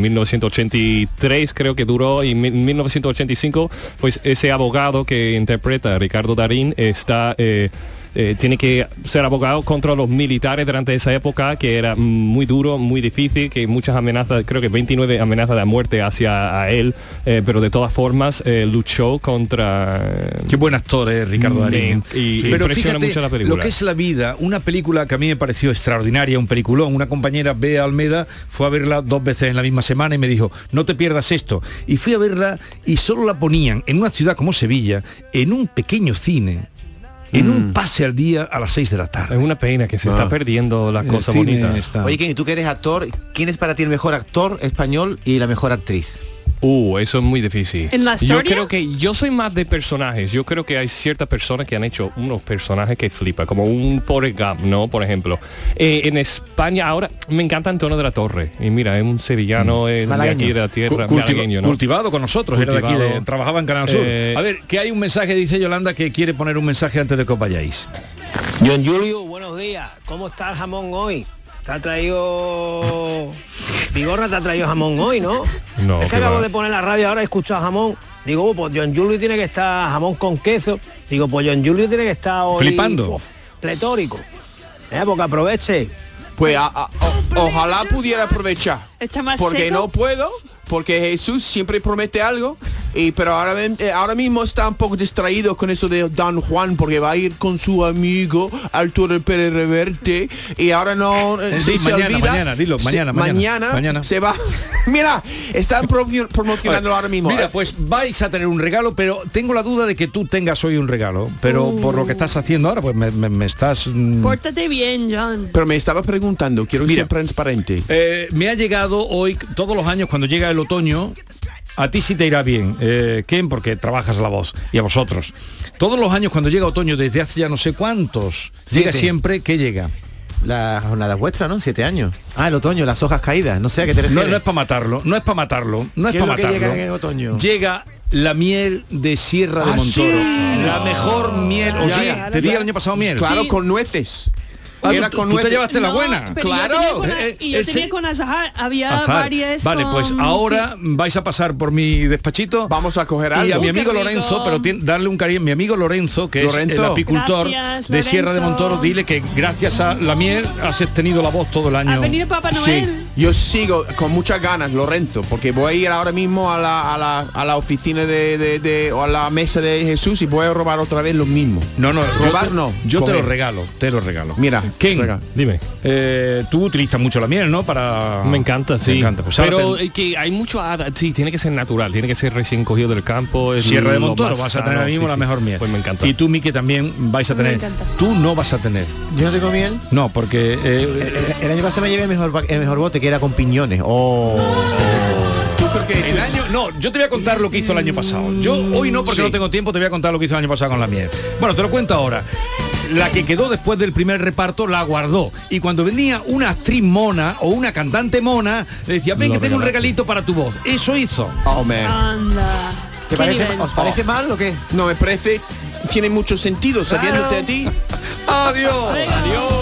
S5: 1983 creo que duró y en 1985 pues ese abogado que interpreta a Ricardo Darín está eh, eh, tiene que ser abogado contra los militares durante esa época que era muy duro, muy difícil, que muchas amenazas, creo que 29 amenazas de muerte hacia a él, eh, pero de todas formas eh, luchó contra...
S3: Qué buen actor es Ricardo Darín.
S5: Y
S3: Pero
S5: impresiona
S3: fíjate,
S5: mucho la película.
S3: Lo que es la vida, una película que a mí me pareció extraordinaria, un peliculón. Una compañera, Bea Almeda, fue a verla dos veces en la misma semana y me dijo, no te pierdas esto. Y fui a verla y solo la ponían en una ciudad como Sevilla, en un pequeño cine, en un pase al día a las 6 de la tarde. Ah.
S5: Mm. Es una pena que se está perdiendo la cosa bonita.
S7: Oye, Ken, ¿y tú que eres actor, ¿quién es para ti el mejor actor español y la mejor actriz?
S5: Uh, eso es muy difícil.
S7: ¿En la
S5: yo
S7: historia?
S5: creo que yo soy más de personajes. Yo creo que hay ciertas personas que han hecho unos personajes que flipa, como un Forrest Gump, ¿no? Por ejemplo. Eh, en España ahora me encanta Antonio de la Torre. Y mira, es un sevillano eh, de
S3: Mm. Malagueño.
S5: aquí de la tierra.
S3: Cu- cultiva-
S5: malagueño, ¿no?
S3: Cultivado con nosotros, era de aquí,
S5: Cultivado.
S3: de- trabajaba en Canal Sur.
S5: Eh,
S3: a ver, que hay un mensaje, dice Yolanda, que quiere poner un mensaje antes de que os vayáis.
S9: John Julio, buenos días. ¿Cómo está el jamón hoy? Te ha traído... Vigorra te ha traído jamón hoy,
S5: No,
S9: ¿no? es que
S5: Oh, qué
S9: acabo
S5: va.
S9: de poner la radio ahora, escucho a jamón. Digo, oh, pues John Julio tiene que estar jamón con queso. Digo, pues John Julio tiene que estar hoy...
S4: Flipando.
S9: pues, pletórico. Eh, porque aproveche.
S4: Pues a- a- o- ojalá pudiera aprovechar.
S9: Está más
S4: porque
S9: seco.
S4: no puedo, porque Jesús siempre promete algo. Y pero ahora, ven- eh, ahora mismo está un poco distraído con eso de Don Juan, porque va a ir con su amigo Arturo Pérez Reverte. Y ahora no eh,
S3: Sí, mañana, mañana, dilo,
S4: Se-
S3: mañana, mañana, mañana.
S4: se va. Mira, están promo- promocionando ahora mismo.
S3: Mira, pues vais a tener un regalo, pero tengo la duda de que tú tengas hoy un regalo. Pero por lo que estás haciendo ahora, pues me, me- me estás... mm,
S8: Pórtate bien, John.
S4: Pero me estaba preguntando, quiero
S3: Mira.
S4: ser transparente.
S3: Eh, me ha llegado hoy, todos los años cuando llega el otoño, a ti sí te irá bien, eh, Ken, porque trabajas la voz, y a vosotros. Todos los años cuando llega otoño, desde hace ya no sé cuántos, llega
S7: Siete.
S3: siempre, que llega?
S7: La jornada vuestra, ¿no? Siete años. Ah, el otoño, las hojas caídas. No sé a qué te refieres.
S3: No, no es para matarlo, no es para matarlo, no es
S7: ¿Qué es
S3: para
S7: lo que
S3: matarlo.
S7: llega en el otoño?
S3: Llega la miel de Sierra de
S7: ¿Ah,
S3: Montoro.
S7: sí?
S3: La mejor miel. O
S7: Ya,
S3: sea,
S7: ya,
S3: te
S7: ya.
S3: di el año pasado miel.
S7: Claro, Sí.
S4: con nueces.
S3: Ah,
S4: Era
S3: tú-
S4: con
S3: tú te
S4: nuez-
S3: llevaste la
S4: No,
S3: buena. Eh,
S8: Pero yo tenía con- y yo
S3: el
S8: tenía
S3: se-
S8: con Azahar, había
S3: Azar.
S8: varias
S3: Vale, pues
S8: con-
S3: ahora vais a pasar por mi despachito. Vamos a coger Y a
S4: algo.
S3: mi
S4: Uy, qué
S3: amigo
S4: rico.
S3: Lorenzo, pero tien- darle un cariño. Mi amigo Lorenzo, que es
S4: Lorenzo.
S3: el apicultor
S8: Gracias,
S3: de Sierra de Montoro, dile que gracias a la miel has tenido la voz todo el año. Sí.
S4: Yo sigo con muchas ganas, Lorenzo, porque voy a ir ahora mismo a la, a la, a la oficina de, de- de- o a la mesa de Jesús y voy a robar otra vez lo mismo.
S3: No, no,
S4: robar
S3: yo te,
S4: no.
S3: Yo te
S4: coger.
S3: lo regalo, te lo regalo.
S4: Mira,
S3: Ken, Eh,
S5: dime.
S3: tú utilizas mucho la miel, ¿no? Para.
S5: Me encanta, sí.
S3: Ah, Me encanta. Pues ahora
S5: pero
S3: te-
S5: es que hay mucho... ah, Sí, tiene que ser natural, tiene que ser recién cogido del campo. es
S3: pues Sierra de
S5: lo
S3: Montoro
S5: más
S3: vas a tener
S5: sano,
S3: ahora mismo
S5: sí,
S3: la
S5: sí.
S3: mejor miel.
S5: Pues me encanta.
S3: Y tú, Miki, también vais a
S7: Me
S3: tener.
S7: encanta.
S3: Tú no vas a tener.
S7: Yo no tengo miel.
S3: No, porque eh,
S7: El, el año pasado me llevé el mejor, ba- el mejor bote que era con piñones. Oh.
S3: el año no yo te voy a contar lo que hizo el año pasado yo hoy no porque no tengo tiempo te voy a contar lo que hizo el año pasado con la miel bueno te lo cuento ahora la que quedó después del primer reparto la guardó y cuando venía una actriz mona o una cantante mona le decía ven
S4: Lo
S3: que tengo un
S4: regalaste.
S3: regalito para tu voz eso hizo
S4: Oh, man.
S8: Anda.
S4: ¿Te
S8: Qué
S4: parece-
S8: nivel.
S4: ¿Os parece
S7: mal o qué?
S4: No, me parece... Tiene mucho sentido, sabiéndote a ti.
S3: Adiós.
S4: Adiós.